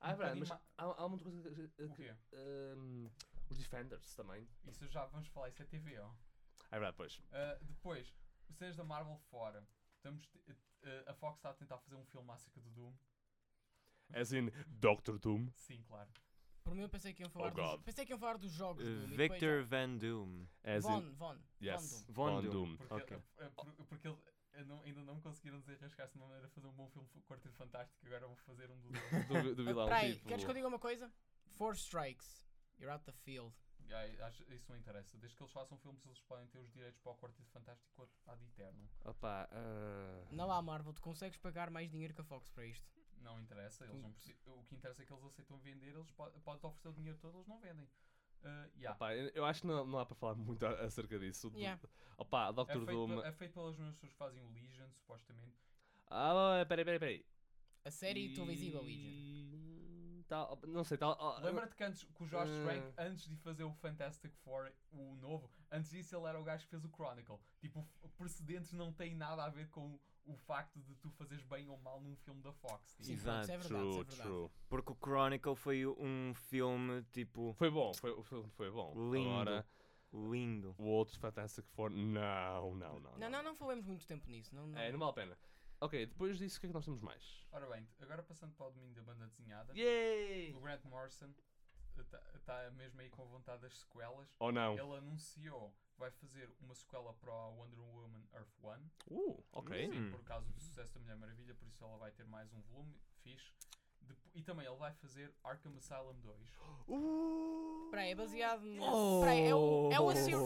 Speaker 2: Ah, é verdade,
Speaker 3: Um bocadinho
Speaker 2: mas há,
Speaker 3: ma-
Speaker 2: há uma coisa que. que-
Speaker 3: O quê?
Speaker 2: ehm, os Defenders também.
Speaker 3: Isso já vamos falar, isso é TV, ó.
Speaker 2: Ah, é verdade, pois.
Speaker 3: Uh, depois, cenas da Marvel fora. Estamos te- uh, a Fox está a tentar fazer um filme acerca do Doom.
Speaker 2: As in Doctor Doom.
Speaker 3: Sim, claro.
Speaker 5: Por mim eu pensei que iam falar,
Speaker 2: Oh, God. Uh,
Speaker 5: dos, pensei que iam falar dos jogos do Doom e depois
Speaker 4: Victor Van Doom.
Speaker 5: já-
Speaker 2: As in.
Speaker 5: Von, Von,
Speaker 2: Yes.
Speaker 5: Von Doom.
Speaker 4: Von Doom.
Speaker 3: Porque,
Speaker 4: Ok.
Speaker 3: uh, uh, por- porque ele- eu não- ainda não conseguiram desenrascar-se de uma maneira de fazer um bom filme com o Quarteto Fantástico. Agora vão fazer um do Doom.
Speaker 2: Do, do vilão.
Speaker 5: Peraí,
Speaker 2: tipo-
Speaker 5: queres que eu diga uma coisa? Four strikes. You're out the field.
Speaker 3: Ai, acho- isso não interessa. Desde que eles façam filmes, eles podem ter os direitos para o Quarteto Fantástico ad eterno.
Speaker 2: Opa, ah,
Speaker 5: Não lá, Marvel, tu consegues pagar mais dinheiro que a Fox para isto.
Speaker 3: Não interessa. Eles não preci- o que interessa é que eles aceitam vender. Eles po- podem oferecer o dinheiro todo, eles não vendem. Uh, yeah.
Speaker 2: Opa, ah, eu eu acho que não, não há para falar muito a- acerca disso. Do-
Speaker 5: Yeah.
Speaker 2: Opa,
Speaker 3: É
Speaker 2: Doctor
Speaker 3: feito,
Speaker 2: Doom.
Speaker 3: pe- é feito pelas mesmas pessoas que fazem o Legion, supostamente.
Speaker 2: Ah, peraí, peraí, peraí.
Speaker 5: A série televisiva Legion.
Speaker 2: Legion. Tá, não sei, tá. ah,
Speaker 3: Lembra-te que, antes, que o Josh
Speaker 2: Ah.
Speaker 3: Trank, antes de fazer o Fantastic Four, o novo, antes disso ele era o gajo que fez o Chronicle. Tipo, f- precedentes não têm nada a ver com o facto de tu fazeres bem ou mal num filme da Fox. tipo.
Speaker 5: Sim, pronto, isso é verdade, isso é
Speaker 2: True,
Speaker 5: verdade.
Speaker 2: true.
Speaker 4: Porque o Chronicle foi um filme tipo
Speaker 2: Foi bom, foi, o filme foi bom.
Speaker 4: Lindo.
Speaker 2: Agora,
Speaker 4: lindo.
Speaker 2: o outro Fantastic Four, não, não, não.
Speaker 5: Não, não, não falemos muito tempo nisso. Não, não.
Speaker 2: É, não vale a pena. Ok, depois disso, o que é que nós temos mais?
Speaker 3: Ora bem, agora passando para o domínio da banda desenhada,
Speaker 2: Yay!
Speaker 3: o Grant Morrison está mesmo aí com vontade das sequelas.
Speaker 2: Ou não?
Speaker 3: Ele anunciou que vai fazer uma sequela para a Wonder Woman Earth One.
Speaker 2: Uh, ok.
Speaker 3: Sim,
Speaker 4: Hum.
Speaker 3: por causa do sucesso da Mulher Maravilha, por isso ela vai ter mais um volume fixe. Depo- e também ele vai fazer Arkham Asylum 2.
Speaker 2: Uh!
Speaker 5: Peraí, é baseado no. Peraí, é o, é o, Assir-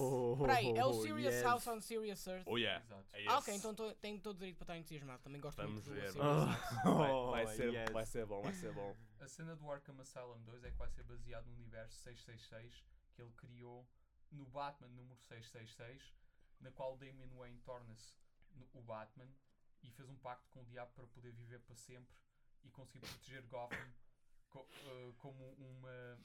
Speaker 5: peraí, é o Serious
Speaker 4: yes.
Speaker 5: House on Serious Earth.
Speaker 2: Oh yeah.
Speaker 3: Exato.
Speaker 2: É
Speaker 5: Ah,
Speaker 2: esse.
Speaker 5: ok, então tô, tenho todo o direito para estar entusiasmado. Também gosto
Speaker 2: Vamos
Speaker 5: muito do
Speaker 2: ver.
Speaker 5: Serious
Speaker 4: Oh,
Speaker 5: House.
Speaker 2: Vai, vai, ser, um-
Speaker 4: yes.
Speaker 2: vai ser bom, vai ser bom.
Speaker 3: A cena do Arkham Asylum 2 é que vai ser baseado no universo 666 que ele criou no Batman número 666, na qual Damian Wayne torna-se no- o Batman e fez um pacto com o diabo para poder viver para sempre e conseguir proteger Gotham co- eh, como uma,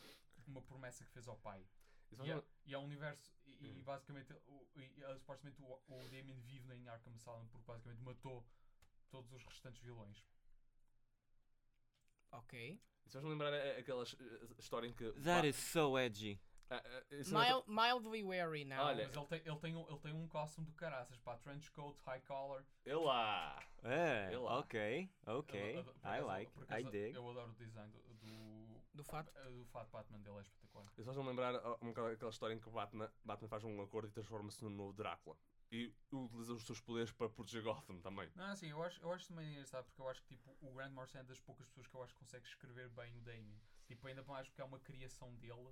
Speaker 3: uma promessa que fez ao pai.
Speaker 2: Isso
Speaker 3: E
Speaker 2: vai
Speaker 3: é,
Speaker 2: ser-
Speaker 3: e é um universo. E, e basicamente, o, e, e, supostamente o, o Damien vive em Arkham Asylum porque basicamente matou todos os restantes vilões.
Speaker 5: Ok.
Speaker 2: isso faz-me lembrar a- a- aquela eh, história em que.
Speaker 4: That
Speaker 2: Ba-
Speaker 4: is so edgy.
Speaker 2: Ah, ah, isso não é
Speaker 5: Mil- mildly wary now.
Speaker 2: Olha,
Speaker 4: É.
Speaker 3: Mas ele tem, ele, tem um, ele tem um costume do caraças, pá. Trench coat, high collar.
Speaker 2: tão- Eu lá!
Speaker 4: É,
Speaker 2: Sei lá.
Speaker 4: ok,
Speaker 3: Eu
Speaker 4: ok.
Speaker 3: ado- por
Speaker 4: I
Speaker 3: acaso-
Speaker 4: like,
Speaker 3: por
Speaker 4: I
Speaker 3: acaso
Speaker 4: dig.
Speaker 3: Eu adoro o design do, do,
Speaker 5: Do fato.
Speaker 3: eh, do Fat Batman dele, é espetacular.
Speaker 2: Eu só estou a lembrar ah, um bocado aquela história em que o Batman, Batman faz um acordo e transforma-se num novo Drácula. E utiliza os seus poderes para proteger Gotham também.
Speaker 3: Não, assim, eu acho, eu acho também engraçado porque eu acho que tipo, o Grant Morrison é das poucas pessoas que eu acho que consegue escrever bem o Damien. Tipo, ainda mais porque é uma criação dele.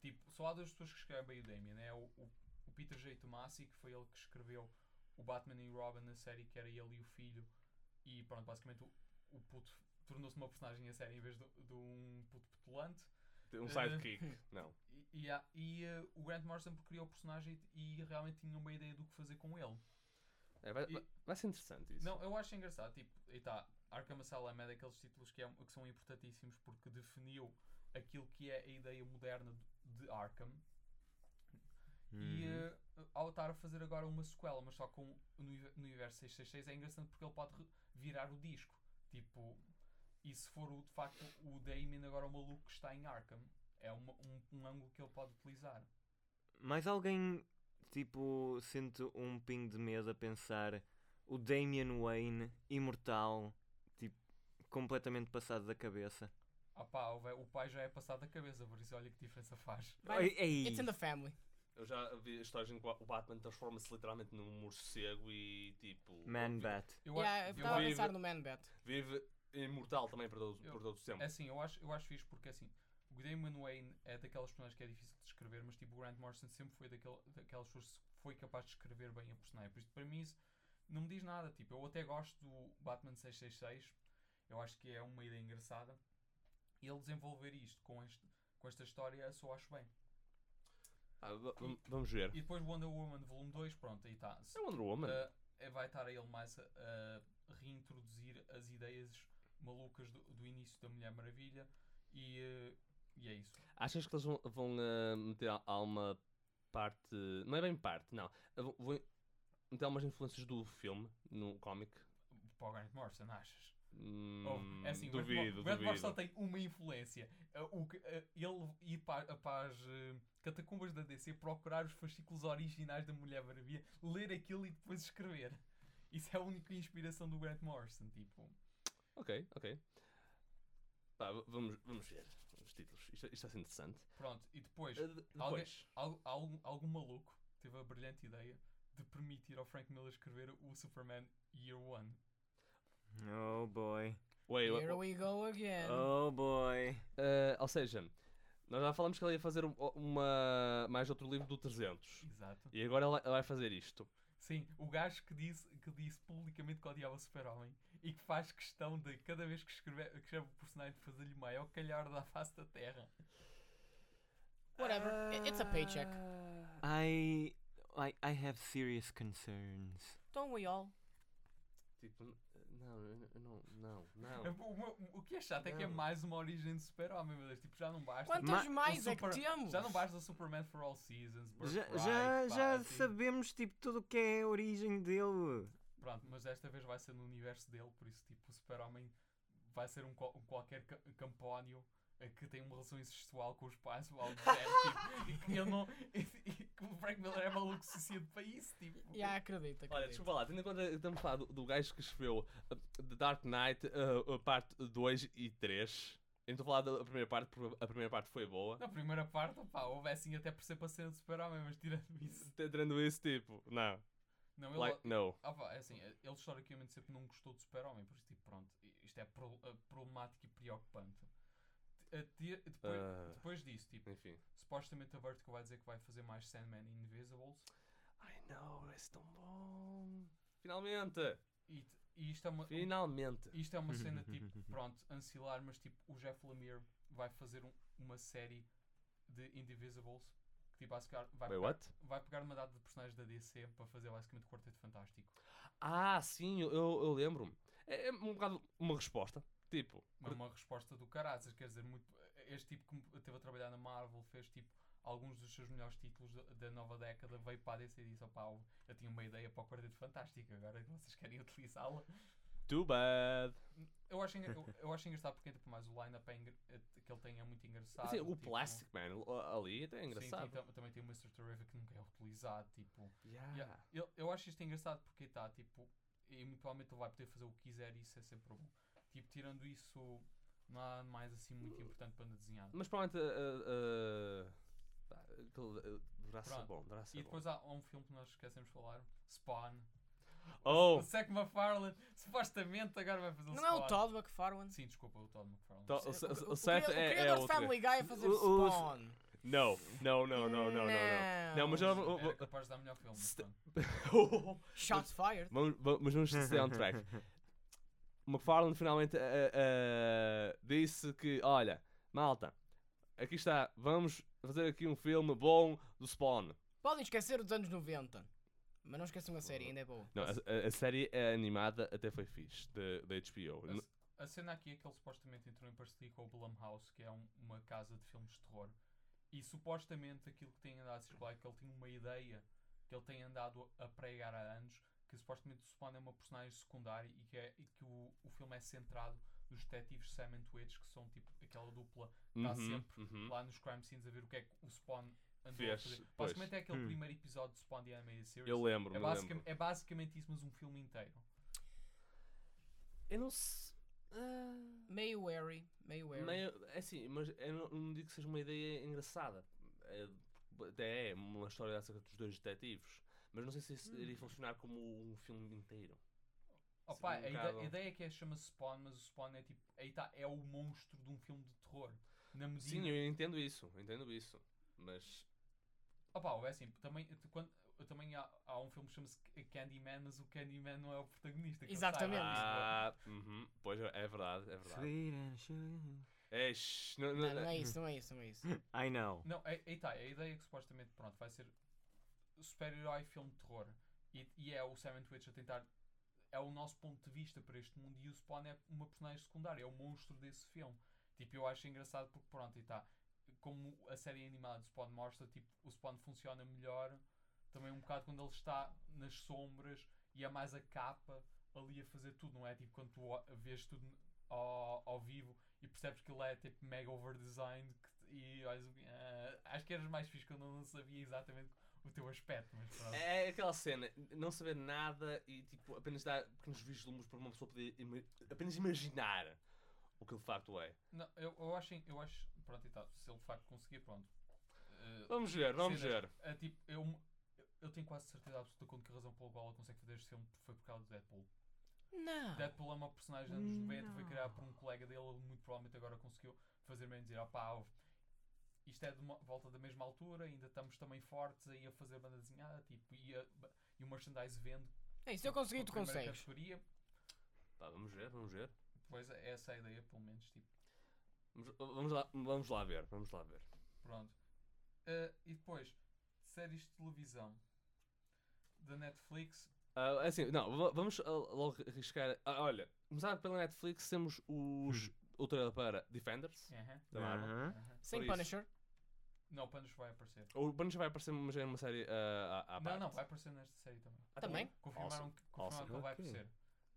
Speaker 3: Tipo, só há duas pessoas que escrevem bem o Damien. É o, o, o Peter J. Tomasi, que foi ele que escreveu o Batman e Robin na série, que era ele e o filho. E pronto, basicamente o, o puto tornou-se uma personagem a série em vez de, de um puto petulante.
Speaker 2: Tem Um
Speaker 3: Eh,
Speaker 2: sidekick. Não.
Speaker 3: E, e, há- e eh, o Grant Morrison criou o personagem e, e realmente tinha uma ideia do que fazer com ele.
Speaker 2: É, vai,
Speaker 3: e-
Speaker 2: vai- vai ser interessante isso.
Speaker 3: Não, eu acho engraçado, tipo, e tá, Arkham Asylum é daqueles títulos que, é, que são importantíssimos porque definiu aquilo que é a ideia moderna de- de Arkham e
Speaker 4: Uhum.
Speaker 3: eh, ao estar a fazer agora uma sequela, mas só com no, univer- no universo 666 é engraçado porque ele pode re- virar o disco, tipo, e se for o, de facto o Damien agora o maluco que está em Arkham, é uma- um, um ângulo que ele pode utilizar.
Speaker 4: Mas alguém, tipo, sente um ping de medo a pensar o Damian Wayne, imortal, tipo, completamente passado da cabeça.
Speaker 3: Ah pá, o, ve- o pai já é passado da cabeça, por isso olha que diferença faz.
Speaker 5: Vai-
Speaker 4: Ei, ei.
Speaker 5: It's in the family.
Speaker 2: Eu já vi histórias em que o Batman transforma-se literalmente num morcego e tipo.
Speaker 4: Man
Speaker 2: vive,
Speaker 4: Bat.
Speaker 3: Eu, a-
Speaker 5: Yeah, eu estava a
Speaker 2: vi-
Speaker 5: pensar no Man Bat.
Speaker 2: vive imortal também por todo,
Speaker 3: Eu-
Speaker 2: por todo o tempo.
Speaker 3: É assim, eu acho, eu acho fixe porque assim, o Damon Wayne é daquelas personagens que é difícil de descrever, mas tipo o Grant Morrison sempre foi daquele, daquelas pessoas que foi capaz de escrever bem a personagem. Por isso, para mim, isso não me diz nada. Tipo, eu até gosto do Batman 666, eu acho que é uma ideia engraçada. E ele desenvolver isto com, este, com esta história, eu só acho bem.
Speaker 2: Ah, va- vam- vamos ver.
Speaker 3: E depois Wonder Woman Volume 2, pronto, aí tá. está.
Speaker 2: É Wonder Woman.
Speaker 3: Eh, vai estar ele mais a, a reintroduzir as ideias malucas do, do início da Mulher Maravilha e, eh, e é isso.
Speaker 2: Achas que eles vão, vão, ah, meter al- alguma parte. Não é bem parte, não. Ah, Vão, vão meter algumas influências do filme no cómic?
Speaker 3: Para o Grant Morrison, achas?
Speaker 2: Hum,
Speaker 3: Ou- é assim, o Grant Mor-
Speaker 2: duvido,
Speaker 3: o Grant
Speaker 2: duvido.
Speaker 3: Morrison tem uma influência. Eh, o que- eh, ele ir para, para as eh, catacumbas da DC, procurar os fascículos originais da Mulher Maravilha, ler aquilo e depois escrever. Isso é a única inspiração do Grant Morrison, tipo...
Speaker 2: Ok, ok. Pá, v- vamos, vamos ver os títulos. Isto, isto está a ser interessante.
Speaker 3: Pronto, e Eh, depois...
Speaker 2: Ah, de-
Speaker 3: Alguém-
Speaker 2: depois.
Speaker 3: Algu- algum, algum maluco teve a brilhante ideia de permitir ao Frank Miller escrever o Superman Year One.
Speaker 4: Oh boy.
Speaker 2: Wait, wait,
Speaker 5: Here we go again.
Speaker 4: Oh boy.
Speaker 2: Ah, ou seja, nós já falamos que ela ia fazer um- uma, mais outro livro do 300.
Speaker 3: Exato.
Speaker 2: E agora ela, ela vai fazer isto.
Speaker 3: Sim, o gajo que disse, que disse publicamente que odiava o Super-Homem e que faz questão de, cada vez que escreve, que escreve o personagem, de fazer-lhe o maior calhar da face da Terra.
Speaker 5: Whatever. I- It's a paycheck.
Speaker 4: I, I, I have serious concerns.
Speaker 5: Don't we all?
Speaker 2: Tipo, n- não, eu- eu não, não,
Speaker 3: É,
Speaker 2: não.
Speaker 3: O, meu- o que é chato é que é
Speaker 2: Não.
Speaker 3: mais uma origem de Super-Homem, meu Deus. Tipo, já não basta.
Speaker 5: Quantas
Speaker 4: Ma-
Speaker 5: mais
Speaker 3: o
Speaker 5: é que
Speaker 3: um Super-
Speaker 5: temos?
Speaker 3: Já não basta o Superman for All Seasons,
Speaker 4: Já,
Speaker 3: Birthright,
Speaker 4: já,
Speaker 3: pá,
Speaker 4: já
Speaker 3: assim.
Speaker 4: sabemos, tipo, tudo o que é a origem dele.
Speaker 3: Pronto, mas desta vez vai ser no universo dele, por isso, tipo, o super-homem vai ser um, qual- um qualquer ca- campónio eh, que tem uma relação incestual com os pais ou algo do género, tipo, e que ele não... E, e que o Frank Miller é maluco suficiente para isso, tipo...
Speaker 5: Yeah, acredito, acredito.
Speaker 2: Olha, desculpa lá, tendo em conta que estamos a falar do, do gajo que escreveu uh, The Dark Knight, uh, uh, parte 2 e 3. Eu não estou a falar da primeira parte, porque a primeira parte foi boa.
Speaker 3: Na primeira parte, pá, houve assim até por ser para ser de super-homem, mas tirando isso...
Speaker 2: T- Tirando esse tipo, não.
Speaker 3: Não, ele...
Speaker 2: Like, no.
Speaker 3: Ah, pá, é assim, eh, ele historicamente sempre não gostou do super-homem, por isso, tipo, pronto, isto é pro- eh, problemático e preocupante. Eh, ti- Depois,
Speaker 2: Ah.
Speaker 3: depois disso, tipo,
Speaker 2: Enfim.
Speaker 3: supostamente a Vertigo vai dizer que vai fazer mais Sandman e Invisibles,
Speaker 2: Ai não, esse é tão bom. Finalmente!
Speaker 3: E, t- e isto é uma,
Speaker 2: Finalmente!
Speaker 3: isto é uma cena tipo, pronto, ancilar, mas tipo, o Jeff Lemire vai fazer um- uma série de Indivisibles que tipo, basicamente vai,
Speaker 2: Wait,
Speaker 3: pegar,
Speaker 2: what?
Speaker 3: vai pegar uma data de personagens da DC para fazer basicamente o Quarteto Fantástico.
Speaker 2: Ah, sim, eu, eu eu lembro-me. É, é um bocado uma resposta. Tipo,
Speaker 3: Mas É uma resposta do caraças, quer dizer, muito, este tipo que me- teve a trabalhar na Marvel fez tipo. Alguns dos seus melhores títulos da, da nova década veio para a DC e disse: opá, eu tinha uma ideia para o Quarteto Fantástico, agora vocês querem utilizá-la?
Speaker 2: Too bad.
Speaker 3: Eu acho, engra- eu, eu acho engraçado porque tipo, mais o line-up é engra- é- que ele tem é muito engraçado.
Speaker 2: Assim, o
Speaker 3: tipo-
Speaker 2: Plastic Man l- ali até é
Speaker 3: Sim,
Speaker 2: engraçado.
Speaker 3: tem tam- também tem o Mr. Terrific que nunca é utilizado. Tipo,
Speaker 2: Yeah.
Speaker 3: Yeah. Eu, eu acho isto engraçado porque está, tipo, e muito provavelmente ele vai poder fazer o que quiser e isso é sempre bom. Tipo, tirando isso, não há mais assim muito importante para anda desenhada.
Speaker 2: Mas provavelmente. Uh, uh, pá, aquilo, uh, deverá ser
Speaker 3: Pronto.
Speaker 2: bom. Deverá ser
Speaker 3: E
Speaker 2: é bom.
Speaker 3: depois há, há um filme que nós esquecemos de falar: Spawn.
Speaker 2: Oh!
Speaker 3: O Zac McFarlane supostamente agora vai fazer um
Speaker 5: Não é
Speaker 3: Spawn.
Speaker 5: o Todd McFarlane?
Speaker 3: Sim, desculpa, o Todd McFarlane.
Speaker 2: Então,
Speaker 5: O,
Speaker 2: o,
Speaker 5: o,
Speaker 2: o,
Speaker 5: o,
Speaker 2: o Seth
Speaker 5: cria- o
Speaker 2: é, é
Speaker 5: criador de
Speaker 2: outro.
Speaker 5: Family Guy a fazer
Speaker 2: O- o-
Speaker 5: Spawn.
Speaker 2: Não, não, não, não, não, não, não. Não, mas já. vou-
Speaker 3: Era
Speaker 2: vou-
Speaker 3: capaz de dar melhor filme. mas
Speaker 2: Se-
Speaker 3: pronto.
Speaker 5: Shots fired.
Speaker 2: Vamos, va- mas vamos ter um track. McFarlane finalmente eh, eh, disse que, olha, malta, aqui está, vamos fazer aqui um filme bom do Spawn.
Speaker 5: Podem esquecer os anos 90. Mas não esqueçam a série, ainda é boa.
Speaker 2: Não, a, a- a série eh, animada até foi fixe, da da HBO.
Speaker 3: A
Speaker 2: N-
Speaker 3: c- A cena aqui é que ele supostamente entrou em parceria com o Blumhouse, que é um- uma casa de filmes de terror. E supostamente aquilo que tem andado a circular é que ele tinha uma ideia que ele tem andado a pregar há anos, que supostamente o Spawn é uma personagem secundária e que, é, e que o, o filme é centrado nos detetives Sam and Twitch, que são tipo aquela dupla que está
Speaker 2: Uhum,
Speaker 3: sempre
Speaker 2: uhum.
Speaker 3: lá nos crime scenes a ver o que é que o Spawn andou
Speaker 2: Fez,
Speaker 3: a fazer.
Speaker 2: pois.
Speaker 3: Basicamente é aquele
Speaker 4: Hum.
Speaker 3: primeiro episódio de Spawn The Animated Series.
Speaker 2: Eu lembro,
Speaker 3: é,
Speaker 2: me
Speaker 3: basicam-
Speaker 2: lembro.
Speaker 3: é basicamente isso, mas um filme inteiro.
Speaker 2: Eu não sei...
Speaker 3: ah,
Speaker 5: Meio wary, meio wary.
Speaker 2: Meio, é assim, mas eu não, não digo que seja uma ideia engraçada. É, até é uma história acerca dos dois detetives. Mas não sei se
Speaker 3: Hum.
Speaker 2: isso iria funcionar como um filme inteiro.
Speaker 3: Opa,
Speaker 2: Sim, um
Speaker 3: a, ide-
Speaker 2: bocado.
Speaker 3: a ideia é que é chama-se Spawn, mas o Spawn é tipo. Aí tá, é o monstro de um filme de terror. Na medida.
Speaker 2: Sim, eu entendo isso, eu entendo isso. Mas.
Speaker 3: Opa, é assim, também, quando, também há, há um filme que chama-se C- Candyman, mas o Candyman não é o protagonista. que ele sai lá
Speaker 5: Exatamente.
Speaker 3: disso.
Speaker 2: Ah, uhum, pois é, é verdade, é verdade. É, shh, não, não,
Speaker 5: Não, não
Speaker 2: não.
Speaker 5: é isso, não é isso, não é isso.
Speaker 4: I know.
Speaker 3: Não, aí aí tá, a ideia é que supostamente, pronto, vai ser super-herói filme de terror. E, e é o Simon Twitch a tentar. É o nosso ponto de vista para este mundo e o Spawn é uma personagem secundária, é o monstro desse filme. Tipo, eu acho engraçado porque, pronto, e tá. Como a série animada do Spawn mostra, tipo, o Spawn funciona melhor também um bocado quando ele está nas sombras e é mais a capa ali a fazer tudo, não é? Tipo, quando tu o- vês tudo ao, ao vivo e percebes que ele é tipo mega overdesigned que- e olhas, ah, acho que eras mais fixe quando eu não sabia exatamente o teu aspecto, mas pronto.
Speaker 2: É aquela cena, não saber nada e tipo, apenas dar pequenos vislumbres para uma pessoa poder ima- apenas imaginar o que de facto é.
Speaker 3: Não, eu, eu acho, eu acho, pronto, e tal, se ele de facto conseguir, pronto. Ah,
Speaker 2: Vamos ver, vamos
Speaker 3: cenas.
Speaker 2: ver.
Speaker 3: Ah, tipo, eu, eu tenho quase certeza absoluta com que a razão pela qual ele consegue fazer este filme foi por causa do Deadpool.
Speaker 5: Não.
Speaker 3: Deadpool é uma personagem dos anos 90, foi criada por um colega dele, ele muito provavelmente agora conseguiu fazer bem dizer, opá, houve- isto é de uma volta da mesma altura, ainda estamos também fortes aí a fazer banda desenhada, tipo, e, a- e o merchandise vende.
Speaker 5: É isso, eu consegui, tu
Speaker 3: pela primeira
Speaker 5: consegues.
Speaker 3: categoria.
Speaker 2: Pá, vamos ver, vamos ver.
Speaker 3: Pois é, essa é a ideia, pelo menos, tipo,
Speaker 2: Vamos, vamos lá, vamos lá ver, vamos lá ver.
Speaker 3: pronto. Ah, e depois, séries de televisão da Netflix,
Speaker 2: Ah, assim, não, va- vamos ah, logo arriscar. Ah, olha, começar pela Netflix, temos os, o trailer para Defenders.
Speaker 3: Hum. aham,
Speaker 2: Da Marvel.
Speaker 4: Aham.
Speaker 3: aham.
Speaker 5: Sem
Speaker 2: isso.
Speaker 5: Punisher.
Speaker 3: não, Panos vai aparecer.
Speaker 2: O Punisher vai aparecer, mas é uma série ah, à, à
Speaker 3: Não,
Speaker 2: parte.
Speaker 3: não, vai aparecer nesta série também.
Speaker 2: Ah,
Speaker 5: Também.
Speaker 3: Confirmaram,
Speaker 2: Awesome.
Speaker 3: que, confirmaram
Speaker 2: Awesome.
Speaker 3: que ele vai
Speaker 4: Ok.
Speaker 3: aparecer.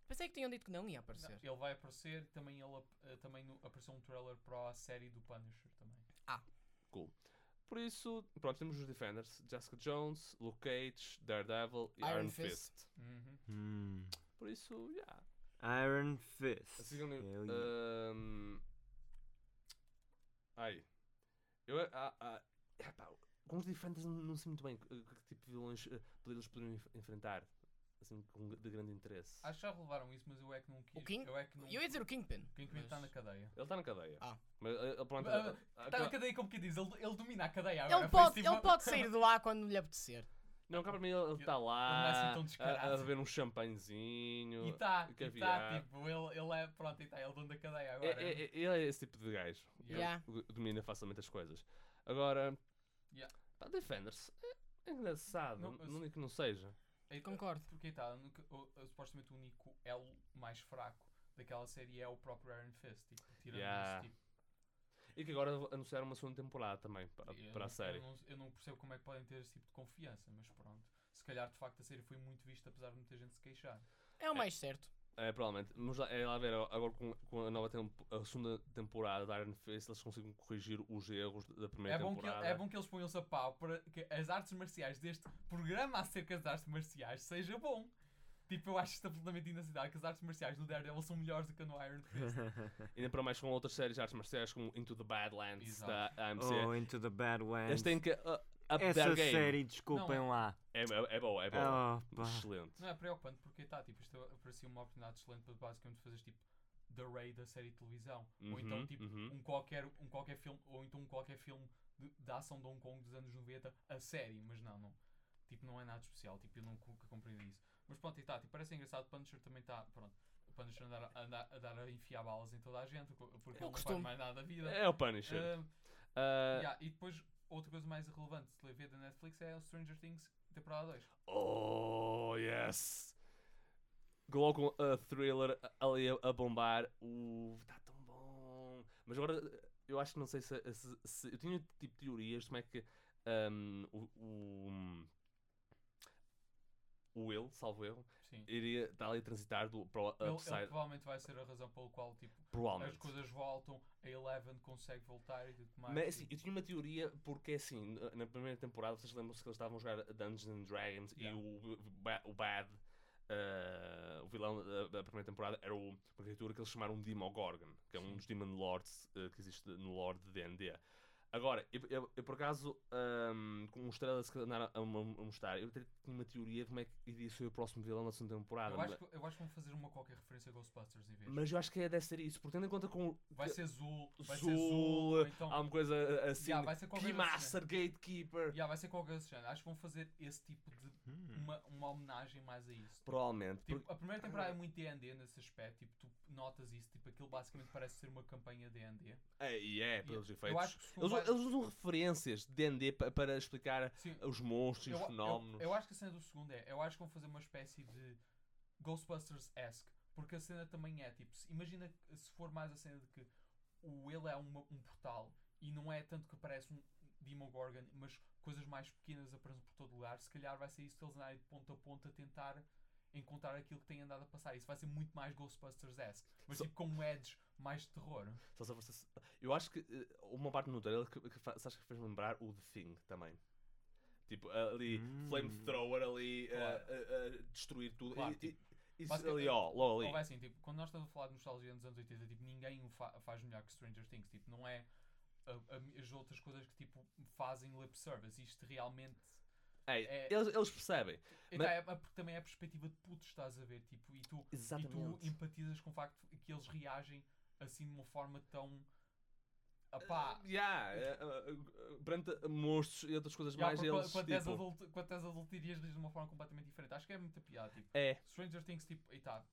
Speaker 5: Pensei que tinham dito que não
Speaker 3: Não,
Speaker 5: ia aparecer.
Speaker 3: ele vai aparecer, também, ele, ap- eh, também no- apareceu um trailer para a série do Punisher também.
Speaker 2: Por isso, pronto, temos os Defenders: Jessica Jones, Luke Cage, Daredevil e Iron,
Speaker 5: Iron
Speaker 2: Fist.
Speaker 5: Fist. Uhum.
Speaker 4: Hum.
Speaker 2: Por isso, yeah.
Speaker 4: Iron Fist.
Speaker 2: Sigam no.
Speaker 4: Hell
Speaker 6: uh,
Speaker 4: yeah.
Speaker 2: ahm, Ai. Eu. Ah, ah, epá, com os Defenders não, não sei muito bem que, que tipo de vilões eh, eles poderiam enf- enfrentar. Assim, com, de grande interesse.
Speaker 3: Acho que já relevaram isso, mas eu é que não quis.
Speaker 5: O King-
Speaker 3: Eu é que não.
Speaker 5: Eu ia dizer o Kingpin.
Speaker 3: Quem que está tá na
Speaker 5: mas-
Speaker 3: cadeia?
Speaker 2: Ele está na cadeia.
Speaker 5: Ah.
Speaker 2: Mas eh, ele, pronto.
Speaker 3: Ah,
Speaker 2: eh, ah,
Speaker 3: Está na
Speaker 2: aquela-
Speaker 3: cadeia, como que diz? Ele, ele domina a cadeia agora.
Speaker 5: Ele
Speaker 3: foi
Speaker 5: pode,
Speaker 3: tipo-
Speaker 5: ele pode sair de lá quando lhe apetecer.
Speaker 2: Não, cá para mim ele está
Speaker 3: não é assim
Speaker 2: lá a-
Speaker 3: tão
Speaker 2: a,
Speaker 3: descarado.
Speaker 2: beber um champanhezinho.
Speaker 3: E está,
Speaker 2: que
Speaker 3: tá,
Speaker 2: virar.
Speaker 3: tipo, ele, ele é, pronto, e tá, ele é o dono da cadeia
Speaker 2: É,
Speaker 3: agora.
Speaker 2: é, é- ele é esse tipo de gajo. Ele
Speaker 5: Yeah.
Speaker 2: go- domina facilmente as coisas. Agora,
Speaker 3: Yeah.
Speaker 2: pá, Defenders é engraçado.
Speaker 3: Não,
Speaker 2: Não,
Speaker 3: eu-
Speaker 2: não digo que não seja.
Speaker 3: É,
Speaker 5: Concordo.
Speaker 3: Porque tá, o único- o- o- supostamente o único elo mais fraco daquela série é o próprio Iron Fist. Tipo, tirando
Speaker 2: Yeah.
Speaker 3: isso, tipo,
Speaker 2: E que agora anunciaram uma segunda temporada também pa-
Speaker 3: Eu
Speaker 2: para
Speaker 3: não-
Speaker 2: a série.
Speaker 3: Eu não, eu não percebo como é que podem ter esse tipo de confiança, mas pronto. Se calhar de facto a série foi muito vista, apesar de muita gente se queixar. Tá
Speaker 5: É o mais certo.
Speaker 2: É, provavelmente. Vamos lá, é lá ver agora com, com a nova tempo, a segunda temporada da Iron Fist, eles conseguem corrigir os erros da primeira
Speaker 3: É bom, que,
Speaker 2: temporada.
Speaker 3: é bom que eles ponham-se a pau para que as artes marciais deste programa acerca das artes marciais seja bom. Tipo, eu acho isto absolutamente inacidade que as artes marciais do Daredevil são melhores do que a no Iron Fist.
Speaker 2: Ainda para mais com outras séries de artes marciais como Into the Badlands
Speaker 3: Exato.
Speaker 2: da AMC.
Speaker 4: Oh, Into the Badlands.
Speaker 2: eles têm que uh, up
Speaker 4: Essa
Speaker 2: their game.
Speaker 4: série, desculpem
Speaker 3: Não.
Speaker 4: lá.
Speaker 2: É, é, é boa, é boa.
Speaker 4: Oh, pá.
Speaker 2: Excelente.
Speaker 3: Não é preocupante porque está, tipo, isto parecia uma oportunidade excelente para basicamente fazeres tipo The Ray da série de televisão. ou então
Speaker 2: Uhum,
Speaker 3: tipo
Speaker 2: uhum.
Speaker 3: um, qualquer, um qualquer filme, ou então um qualquer filme de, da ação de Hong Kong dos anos 90 a série, mas não, não. Tipo, não é nada especial, tipo, eu nunca compreendi isso. Mas pronto, e tá, tipo, parece engraçado, Punisher também está, pronto, o Punisher andar, andar, a dar a enfiar balas em toda a gente, co- porque ele não faz
Speaker 5: costumo.
Speaker 3: mais nada da vida.
Speaker 2: É o Punisher.
Speaker 3: Ah,
Speaker 2: Ah,
Speaker 3: yeah, e depois, outra coisa mais relevante de TV da Netflix é o Stranger Things, temporada 2.
Speaker 2: Oh, yes! Colocam a thriller ali a, a bombar. Uh, tá tão bom! Mas agora, eu acho que não sei se. se- se- eu tinha tipo teorias de como é que. ahm, o, o, o Will, salvo erro,
Speaker 3: Sim.
Speaker 2: iria estar ali a transitar do, para o
Speaker 3: Ele, ele
Speaker 2: Upside.
Speaker 3: provavelmente vai ser a razão pelo qual, tipo, as
Speaker 2: provavelmente.
Speaker 3: coisas voltam, a Eleven consegue voltar e tudo mais.
Speaker 2: Mas
Speaker 3: e-
Speaker 2: assim, eu tinha uma teoria porque assim, na- na primeira temporada vocês lembram-se que eles estavam a jogar Dungeons and Dragons
Speaker 3: Yeah.
Speaker 2: e o, ba- o Bad, eh, o vilão da, da primeira temporada, era o- uma criatura que eles chamaram Demogorgon, que é um dos Demon Lords eh, que existe no Lord de D&D. Agora, eu, eu- eu, por acaso, ahm, com um os trailers que andaram a, mo- a mostrar, eu até tinha uma teoria de como é que iria ser o próximo vilão da segunda temporada.
Speaker 3: Eu acho,
Speaker 2: Ah, mas,
Speaker 3: que, eu acho que vão fazer uma qualquer referência a Ghostbusters em vez.
Speaker 2: mas eu acho que é- deve ser isso, porque tendo em conta com
Speaker 3: vai
Speaker 2: que-
Speaker 3: ser Zul, vai ser Zul,
Speaker 2: Zul,
Speaker 3: ou então.
Speaker 2: alguma coisa assim,
Speaker 3: Yeah, vai ser qualquer coisa né?
Speaker 2: Keymaster, Gatekeeper.
Speaker 3: Yeah, vai ser qualquer coisa desse género. Acho que vão fazer esse tipo de.
Speaker 2: Hmm.
Speaker 4: Hum.
Speaker 3: Uma, uma homenagem mais a isso.
Speaker 2: Provavelmente.
Speaker 3: Tipo,
Speaker 2: porque-
Speaker 3: a primeira temporada é muito D&D nesse aspecto, tipo, tu notas isso, tipo, aquilo basicamente parece ser uma campanha D&D.
Speaker 2: é, e é, pelos efeitos.
Speaker 3: Eu acho que se for
Speaker 2: eles,
Speaker 3: mais-
Speaker 2: eles usam referências de D&D pa- para explicar
Speaker 3: Sim,
Speaker 2: os monstros e os fenómenos.
Speaker 3: Eu, eu acho que a cena do segundo é, eu acho que vão fazer uma espécie de Ghostbusters-esque, porque a cena também é tipo, se- imagina que se for mais a cena de que o ele é uma- um portal e não é tanto que parece um Demogorgon, mas coisas mais pequenas aparecem por todo lugar, se calhar vai ser isso que eles andarem de ponta a ponta a tentar encontrar aquilo que tem andado a passar. Isso vai ser muito mais Ghostbusters-esque, mas
Speaker 2: Só-
Speaker 3: tipo com um edge mais de terror.
Speaker 2: Só se aparecesse- eu acho que eh, uma parte no trailer que, que fa- sabes que fez lembrar o The Thing também. Tipo, ali,
Speaker 4: Hum.
Speaker 2: flamethrower ali,
Speaker 3: Claro.
Speaker 2: a- a- a destruir tudo.
Speaker 3: Claro,
Speaker 2: E-
Speaker 3: tipo,
Speaker 2: e- isso
Speaker 3: basicamente-
Speaker 2: ali, ó, logo
Speaker 3: Ou
Speaker 2: ali.
Speaker 3: vai assim, tipo, quando nós estamos a falar de nostalgia dos anos 80, tipo, ninguém o fa- faz melhor que Stranger Things. Tipo, não é a- a- as outras coisas que, tipo, fazem lip service. Isto realmente...
Speaker 2: Ei,
Speaker 3: é-
Speaker 2: eles, eles percebem.
Speaker 3: E
Speaker 2: Mas-
Speaker 3: tá, é- é porque também é a perspectiva de putos, estás a ver? Tipo, e tu, e tu
Speaker 2: Exatamente.
Speaker 3: empatizas com o facto que eles reagem assim de uma forma tão... Apá...
Speaker 2: Yeah, eh, eh, eh, perante monstros e outras coisas
Speaker 3: já,
Speaker 2: mais,
Speaker 3: porque
Speaker 2: eles,
Speaker 3: quando, és
Speaker 2: tipo,
Speaker 3: adulto, quando és adulto irias rir de uma forma completamente diferente. Acho que é muita piada, tipo...
Speaker 2: é,
Speaker 3: Stranger Things, tipo, e tá.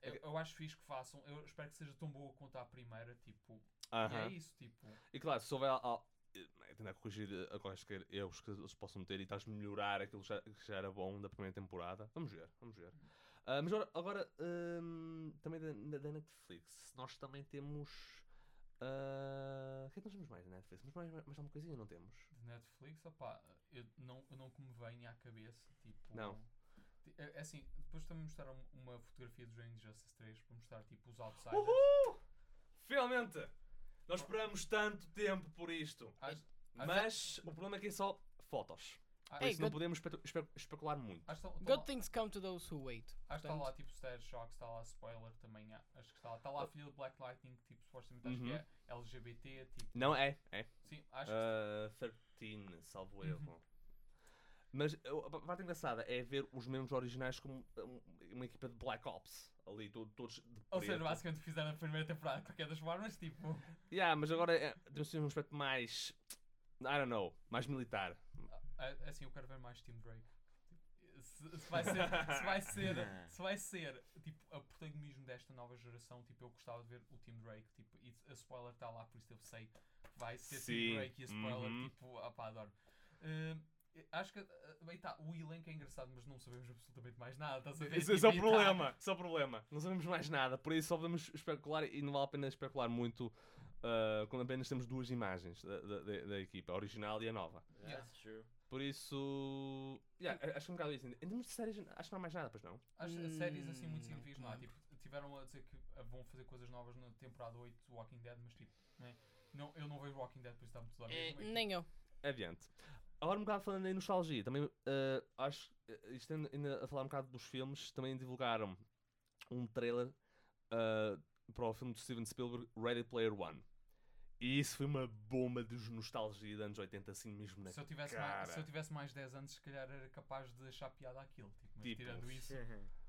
Speaker 3: Eu,
Speaker 2: É
Speaker 3: eu acho fixe que façam. Eu espero que seja tão boa quanto a primeira, tipo. E
Speaker 2: aham.
Speaker 3: é isso, tipo.
Speaker 2: E claro, se houver. Al... eh, Tentar corrigir eh, a quaisquer erros que eles possam ter e estás a melhorar aquilo que já, que já era bom da primeira temporada. Vamos ver, vamos ver. Ah, mas agora, agora, hum, também da, da- da Netflix, nós também temos. ah, o que é que nós temos mais da Netflix? Mas mais, mais alguma coisinha não temos?
Speaker 3: De Netflix, opá, eu não, eu não que me venha à cabeça, tipo.
Speaker 2: Não.
Speaker 3: Ti- é- É assim, depois também mostraram uma fotografia do Jane Justice 3 para mostrar, tipo, os outsiders.
Speaker 2: Uhul! Finalmente! Nós esperamos tanto tempo por isto.
Speaker 3: Acho,
Speaker 2: Mas o problema é que é só fotos.
Speaker 3: a-
Speaker 2: Por
Speaker 5: Ei,
Speaker 2: isso não
Speaker 5: good-
Speaker 2: podemos espe- espe- especular muito.
Speaker 3: tá, acho que
Speaker 5: Good
Speaker 3: está-
Speaker 5: things come to those who wait.
Speaker 3: acho que está lá,
Speaker 5: portanto.
Speaker 3: tipo, Stair Shock, está lá spoiler também. a- Acho que está lá. Está lá a filha do Black Lightning, que, tipo, supostamente acho que
Speaker 2: Oh. Uhum.
Speaker 3: é LGBT, tipo.
Speaker 2: Não é, é.
Speaker 3: Sim, acho que Uhum.
Speaker 2: Ah, 13, salvo erro. Mas eu- a parte engraçada é ver os membros originais como um- uma equipa de Black Ops ali, to- todos de
Speaker 3: Ou seja,
Speaker 2: preto.
Speaker 3: basicamente fizeram a primeira temporada de qualquer das formas, tipo.
Speaker 2: Yeah, mas agora é, tem assim um aspecto mais. I don't know, mais militar.
Speaker 3: a- Assim, eu quero ver mais Team Drake. Tipo, Se, se vai ser, se vai ser, se vai ser, tipo, a protagonismo desta nova geração, tipo, eu gostava de ver o Team Drake, tipo, e a spoiler está lá, por isso eu sei que vai ser
Speaker 2: Sim,
Speaker 3: Team Drake e a spoiler,
Speaker 2: uhum.
Speaker 3: tipo, ah pá, adoro. Hum, acho que, ah, bem, tá, o elenco é engraçado, mas não sabemos absolutamente mais nada, estás a ver?
Speaker 2: Isso, isso é
Speaker 3: Tipo,
Speaker 2: o
Speaker 3: e tá-
Speaker 2: problema, isso é o problema. Não sabemos mais nada, por isso só podemos especular e não vale a pena especular muito ah, quando apenas temos duas imagens da, da, da- da equipa, a original e a nova.
Speaker 3: Yeah.
Speaker 6: That's true.
Speaker 2: Por isso. Yeah, a- acho que é um bocado isso. Em termos de séries, acho que não há mais nada, pois não?
Speaker 3: As as séries assim muito
Speaker 5: Hum, não,
Speaker 3: simples, não, é?
Speaker 5: não.
Speaker 3: Tipo, tiveram a dizer que ah, vão fazer coisas novas na temporada 8 do Walking Dead, mas tipo, né? não, eu não vejo Walking Dead, por isso está-me tudo a
Speaker 2: É.
Speaker 5: Eh,
Speaker 3: mesma. E,
Speaker 5: nem eu.
Speaker 2: Adiante. Agora um bocado falando em nostalgia, também eh, acho eh, isto ainda- ainda a falar um bocado dos filmes, também divulgaram um trailer eh, para o filme de Steven Spielberg, Ready Player One. E isso foi uma bomba de nostalgia de anos 80, assim mesmo na
Speaker 3: Tipo, se, eu tivesse
Speaker 2: cara.
Speaker 3: mais, se eu tivesse mais 10 anos, se calhar era capaz de achar piada àquilo. Tipo, mas
Speaker 2: Tipo,
Speaker 3: tirando isso,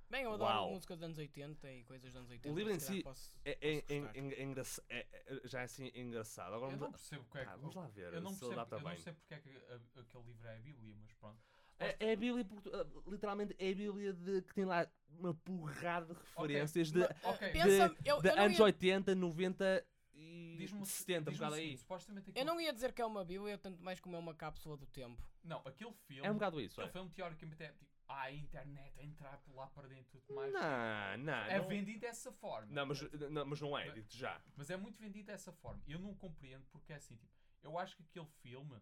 Speaker 5: Bem, eu adoro
Speaker 2: Uau.
Speaker 5: música dos anos 80 e coisas dos anos 80.
Speaker 2: livro em
Speaker 5: se calhar
Speaker 2: si
Speaker 5: posso-
Speaker 2: É, é,
Speaker 5: posso
Speaker 2: é-
Speaker 5: gostar.
Speaker 2: é engraça- é- é- já é assim é engraçado. Agora
Speaker 3: eu não
Speaker 2: vamos,
Speaker 3: percebo o que
Speaker 2: lá,
Speaker 3: é
Speaker 2: pá,
Speaker 3: que.
Speaker 2: vamos lá ver
Speaker 3: eu não
Speaker 2: se ele
Speaker 3: percebo,
Speaker 2: adapta
Speaker 3: eu não
Speaker 2: bem.
Speaker 3: sei porque é que a- aquele livro é a Bíblia, mas pronto.
Speaker 2: É, é a Bíblia, portu- eh, literalmente, é a Bíblia de, que tem lá uma porrada de referências de
Speaker 5: Ma-
Speaker 3: Ok.
Speaker 5: pensa- eu,
Speaker 2: de
Speaker 5: eu, não
Speaker 2: anos
Speaker 5: ia,
Speaker 2: 80, 90 e
Speaker 3: Diz-me o-
Speaker 2: 70, um
Speaker 3: diz-me o
Speaker 2: bocado aí.
Speaker 3: seguinte, Supostamente aquele,
Speaker 5: eu não ia dizer que é uma bíblia, tanto mais como é uma cápsula do tempo.
Speaker 3: Não, aquele filme.
Speaker 2: É um bocado isso.
Speaker 3: aquele
Speaker 2: É.
Speaker 3: filme, teoricamente, é tipo. Ah, a internet, a entrar por lá para dentro e tudo mais.
Speaker 2: Não, não.
Speaker 3: É
Speaker 2: não,
Speaker 3: vendido dessa forma.
Speaker 2: não, mas, não, mas não é,
Speaker 3: Mas-
Speaker 2: digo já.
Speaker 3: Mas é muito vendido dessa forma. Eu não compreendo porque é assim, tipo, eu acho que aquele filme,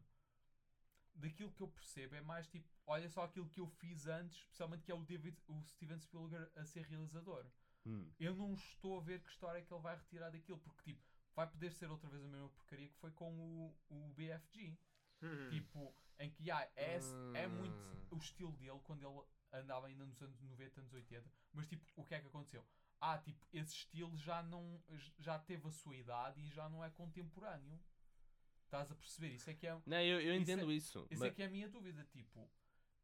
Speaker 3: daquilo que eu percebo, é mais tipo, olha só aquilo que eu fiz antes, especialmente que é o, David, o Steven Spielberg a ser realizador.
Speaker 2: Hum.
Speaker 3: Eu não estou a ver que história é que ele vai retirar daquilo, porque tipo, vai poder ser outra vez a mesma porcaria que foi com o, o BFG.
Speaker 2: Hum.
Speaker 4: Hmm.
Speaker 3: Tipo, em que ah, é, esse- é muito o estilo dele quando ele andava ainda nos anos 90, anos 80, mas tipo, o que é que aconteceu? Ah, tipo, esse estilo já não já teve a sua idade e já não é contemporâneo. Estás a perceber? Isso é que é,
Speaker 2: Não, eu, eu
Speaker 3: Isso
Speaker 2: entendo
Speaker 3: é-
Speaker 2: isso.
Speaker 3: isso
Speaker 2: mas-
Speaker 3: é que é a minha dúvida, tipo,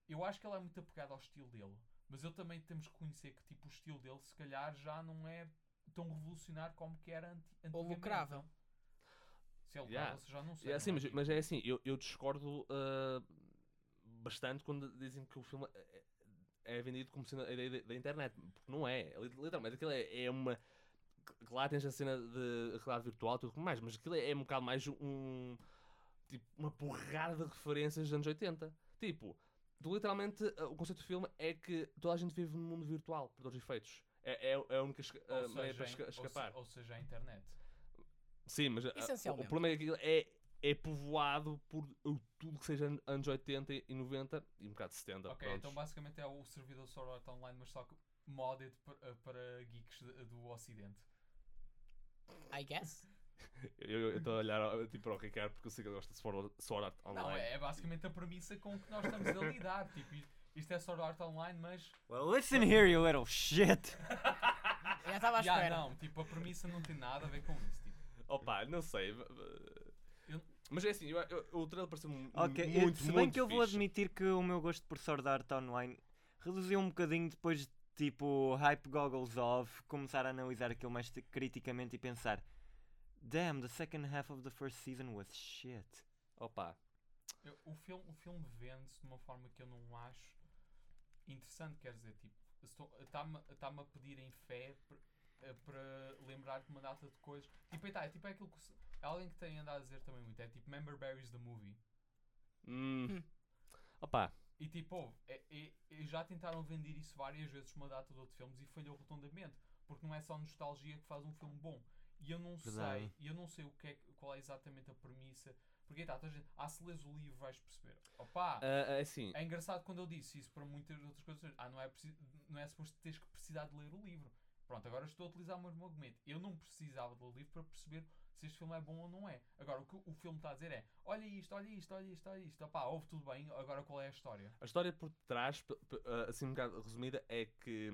Speaker 3: eu acho que ele é muito apegado ao estilo dele, mas eu também temos que conhecer que tipo o estilo dele se calhar já não é tão revolucionário como que era anti antigamente.
Speaker 5: lucrava.
Speaker 3: não? Se ele
Speaker 2: Yeah.
Speaker 3: lucrava, se já não sei.
Speaker 2: É
Speaker 3: não
Speaker 2: assim, mas,
Speaker 3: Tipo,
Speaker 2: mas é assim, eu, eu discordo ah, bastante quando dizem que o filme é- é vendido como sendo a ideia da- da internet, porque não é. É li- Literalmente, aquilo é, é uma. que- que Lá tens a cena de realidade virtual e tudo mais, mas aquilo é, é um bocado mais um. Tipo, uma porrada de referências dos anos 80. Tipo, tu literalmente. ah, o conceito do filme é que toda a gente vive num mundo virtual, por todos os efeitos. É, é, é a única esca-
Speaker 3: ou
Speaker 2: ah, maneira
Speaker 3: seja,
Speaker 2: para
Speaker 3: em-
Speaker 2: esca-
Speaker 3: ou se-
Speaker 2: escapar.
Speaker 3: Ou, seja, a internet.
Speaker 2: Sim, mas ah, o-
Speaker 5: Essencialmente.
Speaker 2: o problema é que aquilo é, é povoado por uh, tudo que seja an- anos 80 e 90 e um bocado de 70.
Speaker 3: ok,
Speaker 2: prontos.
Speaker 3: então basicamente é o servidor Sorority Online, mas só que modded pa- para, geeks de- do Ocidente.
Speaker 5: I guess.
Speaker 2: Eu estou a olhar ah, tipo, para o Ricardo porque eu sei que ele gosta de Sword Art- Sword Art Online.
Speaker 3: Não, é, é basicamente a premissa com que nós estamos a lidar. tipo, i- isto é Sword Art Online, mas
Speaker 4: Well, listen here, you little shit.
Speaker 5: Eu já estava à
Speaker 3: Ya,
Speaker 5: espera.
Speaker 3: não, tipo, a premissa não tem nada a ver com isso. Tipo.
Speaker 2: Opa, não sei. v- v-
Speaker 3: Eu-
Speaker 2: Mas é assim, eu, eu, o trailer pareceu muito,
Speaker 4: Ok, eu-
Speaker 2: muito,
Speaker 4: se bem
Speaker 2: muito
Speaker 4: que eu vou
Speaker 2: fixe.
Speaker 4: admitir que o meu gosto por Sword Art Online reduziu um bocadinho depois de, tipo, Hype Goggles Off, começar a analisar aquilo mais t- criticamente e pensar Damn, the second half of the first season was shit.
Speaker 2: Opa,
Speaker 3: Eu- o filme, o filme vende-se de uma forma que eu não acho interessante, quer dizer, tipo, está-me tá-me a pedir em fé pr- eh, para lembrar de uma data de coisas. Tipo, eita, é tipo aquilo que se- é alguém que tem andado a dizer também muito, é tipo Member Berries the Movie.
Speaker 2: hum.
Speaker 5: Hum.
Speaker 2: opa,
Speaker 3: E tipo, houve, é- é- é- já tentaram vender isso várias vezes uma data de outros filmes e falhou rotundamente, porque não é só nostalgia que faz um filme bom. E eu não
Speaker 4: Verdade.
Speaker 3: sei, e eu não sei o que é, que- qual é exatamente a premissa, porque aí tá, toda a gente, ah, se lês o livro vais perceber. Opa,
Speaker 2: ah, é assim,
Speaker 3: é engraçado quando eu disse isso para muitas outras coisas, ah, não é, preciso, não é suposto teres que precisar de ler o livro. Pronto, agora estou a utilizar o mesmo argumento. Eu não precisava de ler o livro para perceber se este filme é bom ou não é. Agora, o que o filme está a dizer é, olha isto, olha isto, olha isto, olha isto. Opá, ouve tudo bem, agora qual é a história?
Speaker 2: A história por trás, p- p- ah, assim um bocado resumida, é que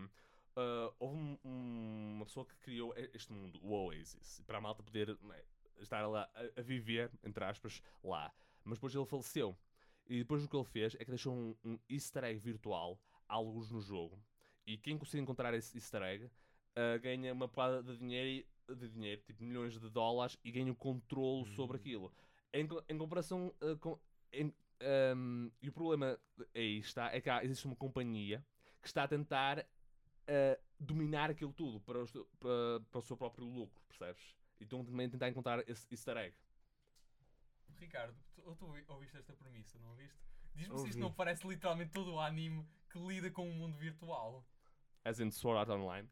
Speaker 2: ah, houve um- um- uma pessoa que criou e- este mundo, o Oasis, para a malta poder né, estar lá a, a viver, entre aspas, lá. Mas depois ele faleceu. E depois o que ele fez é que deixou um, um easter egg virtual, alguns no jogo. E quem conseguir encontrar esse easter egg ah, ganha uma porrada de dinheiro, e- de dinheiro, tipo milhões de dólares, e ganha o controle sobre aquilo. Em, co- em comparação ah, com. em- Ahm, e o problema aí está é que há, existe uma companhia que está a tentar ah, dominar aquilo tudo para o, seu- para, para o seu próprio lucro, percebes? E estão também a tentar encontrar esse easter egg.
Speaker 3: Ricardo, tu, tu ouvi- ouviste esta premissa, não ouviste? Diz-me se
Speaker 4: Ouvi.
Speaker 3: isto não parece literalmente todo o anime que lida com o mundo virtual.
Speaker 2: As in Sword Art Online.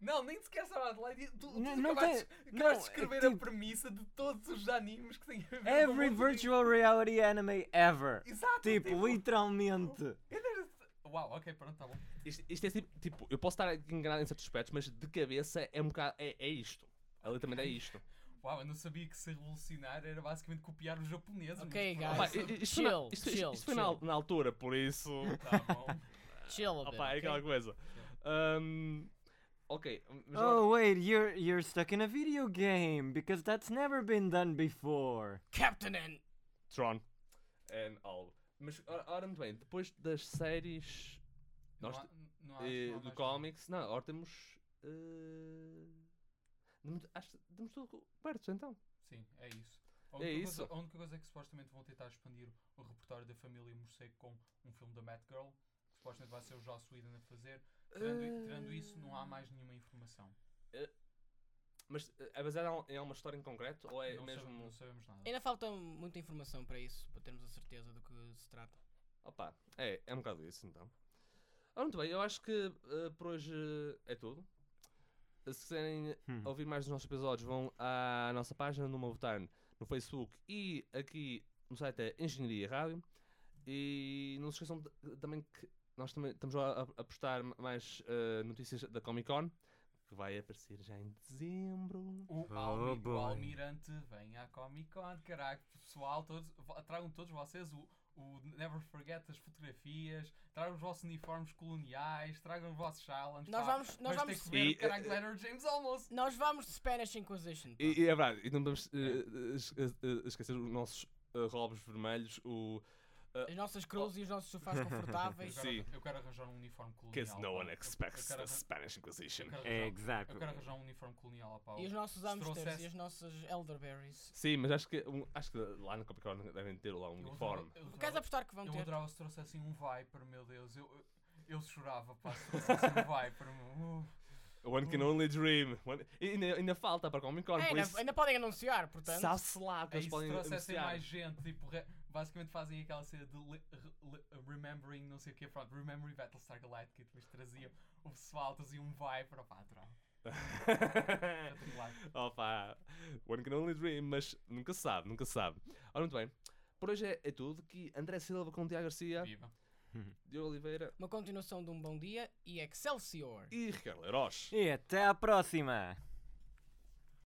Speaker 3: Não, nem sequer Summer Adelaide. Tu, tu
Speaker 4: Não- não
Speaker 3: acabaste,
Speaker 4: tem-
Speaker 3: acabaste
Speaker 4: não,
Speaker 3: de escrever
Speaker 4: é tipo-
Speaker 3: a premissa de todos os animes que têm a ver com
Speaker 4: Every
Speaker 3: mundo
Speaker 4: virtual reality anime ever.
Speaker 3: digital. Exato,
Speaker 4: Tipo, literalmente.
Speaker 3: eu não- Uau, ok, pronto, tá bom.
Speaker 2: Isto, isto é tipo, tipo, eu posso estar aqui enganado em certos aspectos, mas de cabeça é um bocado. É, é isto. É literalmente é isto.
Speaker 3: Uau, eu não sabia que ser revolucionário era basicamente copiar os japoneses.
Speaker 5: Ok,
Speaker 3: mas
Speaker 2: Opa,
Speaker 5: guys.
Speaker 3: pronto.
Speaker 2: i- i- isto, foi na-
Speaker 5: Chill,
Speaker 2: isto- isto-
Speaker 5: chill,
Speaker 2: isto foi na,
Speaker 5: chill.
Speaker 2: na altura, por isso.
Speaker 3: Tá bom.
Speaker 5: Chill a bit.
Speaker 2: Opa, é aquela
Speaker 5: okay?
Speaker 2: coisa. Ahm, ok, mas agora-
Speaker 4: Oh wait, you're you're stuck in a video game because that's never been done before.
Speaker 5: Captain and
Speaker 2: Tron and all. Mas ora, ora muito bem, depois das séries
Speaker 3: Não
Speaker 2: nós
Speaker 3: há-
Speaker 2: te-
Speaker 3: Ah, não há-
Speaker 2: eh,
Speaker 3: não há
Speaker 2: do
Speaker 3: mais
Speaker 2: comics, não, agora temos. eh, demos- acho que demos tudo cobertos então.
Speaker 3: Sim, é isso. A
Speaker 2: É
Speaker 3: única
Speaker 2: isso.
Speaker 3: coisa- a única coisa é que supostamente vão tentar expandir o repertório da família Morcego com um filme da Batgirl, que supostamente vai ser o Joss Whedon a fazer. Tirando,
Speaker 2: Ah.
Speaker 3: i- tirando isso, não há mais nenhuma informação.
Speaker 2: Mas eh, é baseado em alguma história em concreto? Ou é
Speaker 3: não, sabe-
Speaker 2: mesmo.
Speaker 3: não sabemos nada.
Speaker 5: Ainda falta muita informação para isso, para termos a certeza do que se trata.
Speaker 2: Opa, é, é um bocado isso então. Ora, muito bem, eu acho que eh, por hoje é tudo. Se quiserem
Speaker 4: Hum.
Speaker 2: ouvir mais dos nossos episódios, vão à nossa página no Movotarn, no Facebook e aqui no site é Engenharia Rádio. E não se esqueçam de- também que nós também estamos lá a, a postar mais eh, notícias da Comic Con, que vai aparecer já em dezembro.
Speaker 3: O,
Speaker 4: Oh,
Speaker 3: Almi- o
Speaker 4: boy.
Speaker 3: Almirante vem à Comic Con, caraca, pessoal, todos, va- tragam todos vocês o, o Never Forget as fotografias, tragam os vossos uniformes coloniais, tragam os vossos challenges.
Speaker 5: Nós
Speaker 3: pá,
Speaker 5: vamos-
Speaker 3: mas
Speaker 5: nós
Speaker 3: tem
Speaker 5: vamos-
Speaker 3: que ver
Speaker 2: E- eh,
Speaker 3: o caralho do Leonard James Almost.
Speaker 5: Nós vamos de Spanish Inquisition. pá.
Speaker 2: E, e é verdade, e não podemos eh, es- eh, esquecer os nossos eh, robes vermelhos, o
Speaker 5: As nossas cruzes e os nossos sofás
Speaker 3: Eu
Speaker 5: confortáveis.
Speaker 2: Sim.
Speaker 3: quero, eu quero arranjar um uniforme colonial.
Speaker 2: Because no
Speaker 3: pá.
Speaker 2: one
Speaker 3: Eu- eu
Speaker 2: expects
Speaker 3: quero
Speaker 2: the
Speaker 3: arran-
Speaker 2: Spanish
Speaker 3: eu
Speaker 2: Inquisition.
Speaker 3: quero
Speaker 4: É,
Speaker 3: arranjar-
Speaker 4: exato.
Speaker 3: Eu quero arranjar um uniforme colonial, pá.
Speaker 5: E os nossos
Speaker 3: Se
Speaker 5: hamsters
Speaker 3: trouxesse-
Speaker 5: e as nossas elderberries.
Speaker 2: Sim, mas acho que, um- acho que lá no Comic Con devem ter lá um
Speaker 3: Eu
Speaker 2: uniforme.
Speaker 3: adorava- eu
Speaker 5: Queres
Speaker 3: adorava-
Speaker 5: apostar que vão
Speaker 3: Eu
Speaker 5: ter?
Speaker 3: adorava se trouxessem um Viper, meu Deus. Eu, eu- eu chorava, pá, se trouxessem um Viper, meu. Uh.
Speaker 2: One can only dream. One- e Ainda, ainda falta para o Comic Con,
Speaker 5: É,
Speaker 2: por
Speaker 5: ainda,
Speaker 2: isso
Speaker 5: ainda podem anunciar, portanto.
Speaker 2: sabe-se lá que
Speaker 3: Aí
Speaker 2: eles
Speaker 3: É se
Speaker 2: podem
Speaker 3: trouxessem
Speaker 2: anunciar.
Speaker 3: mais gente, tipo, re- basicamente fazem aquela cena de le- re- le- remembering, não sei o quê, pronto, remembering Battlestar Galactica, e depois traziam o pessoal, traziam um Viper, opá, adorava. Espetacular.
Speaker 2: Opa, one can only dream, mas nunca se sabe, nunca se sabe. Ora, muito bem. Por hoje é, é tudo. Que André Silva com Tiago Garcia,
Speaker 3: Viva.
Speaker 2: Diogo Oliveira
Speaker 5: Uma continuação de um bom dia e Excelsior!
Speaker 2: e Ricardo Leiroz.
Speaker 4: E até à próxima.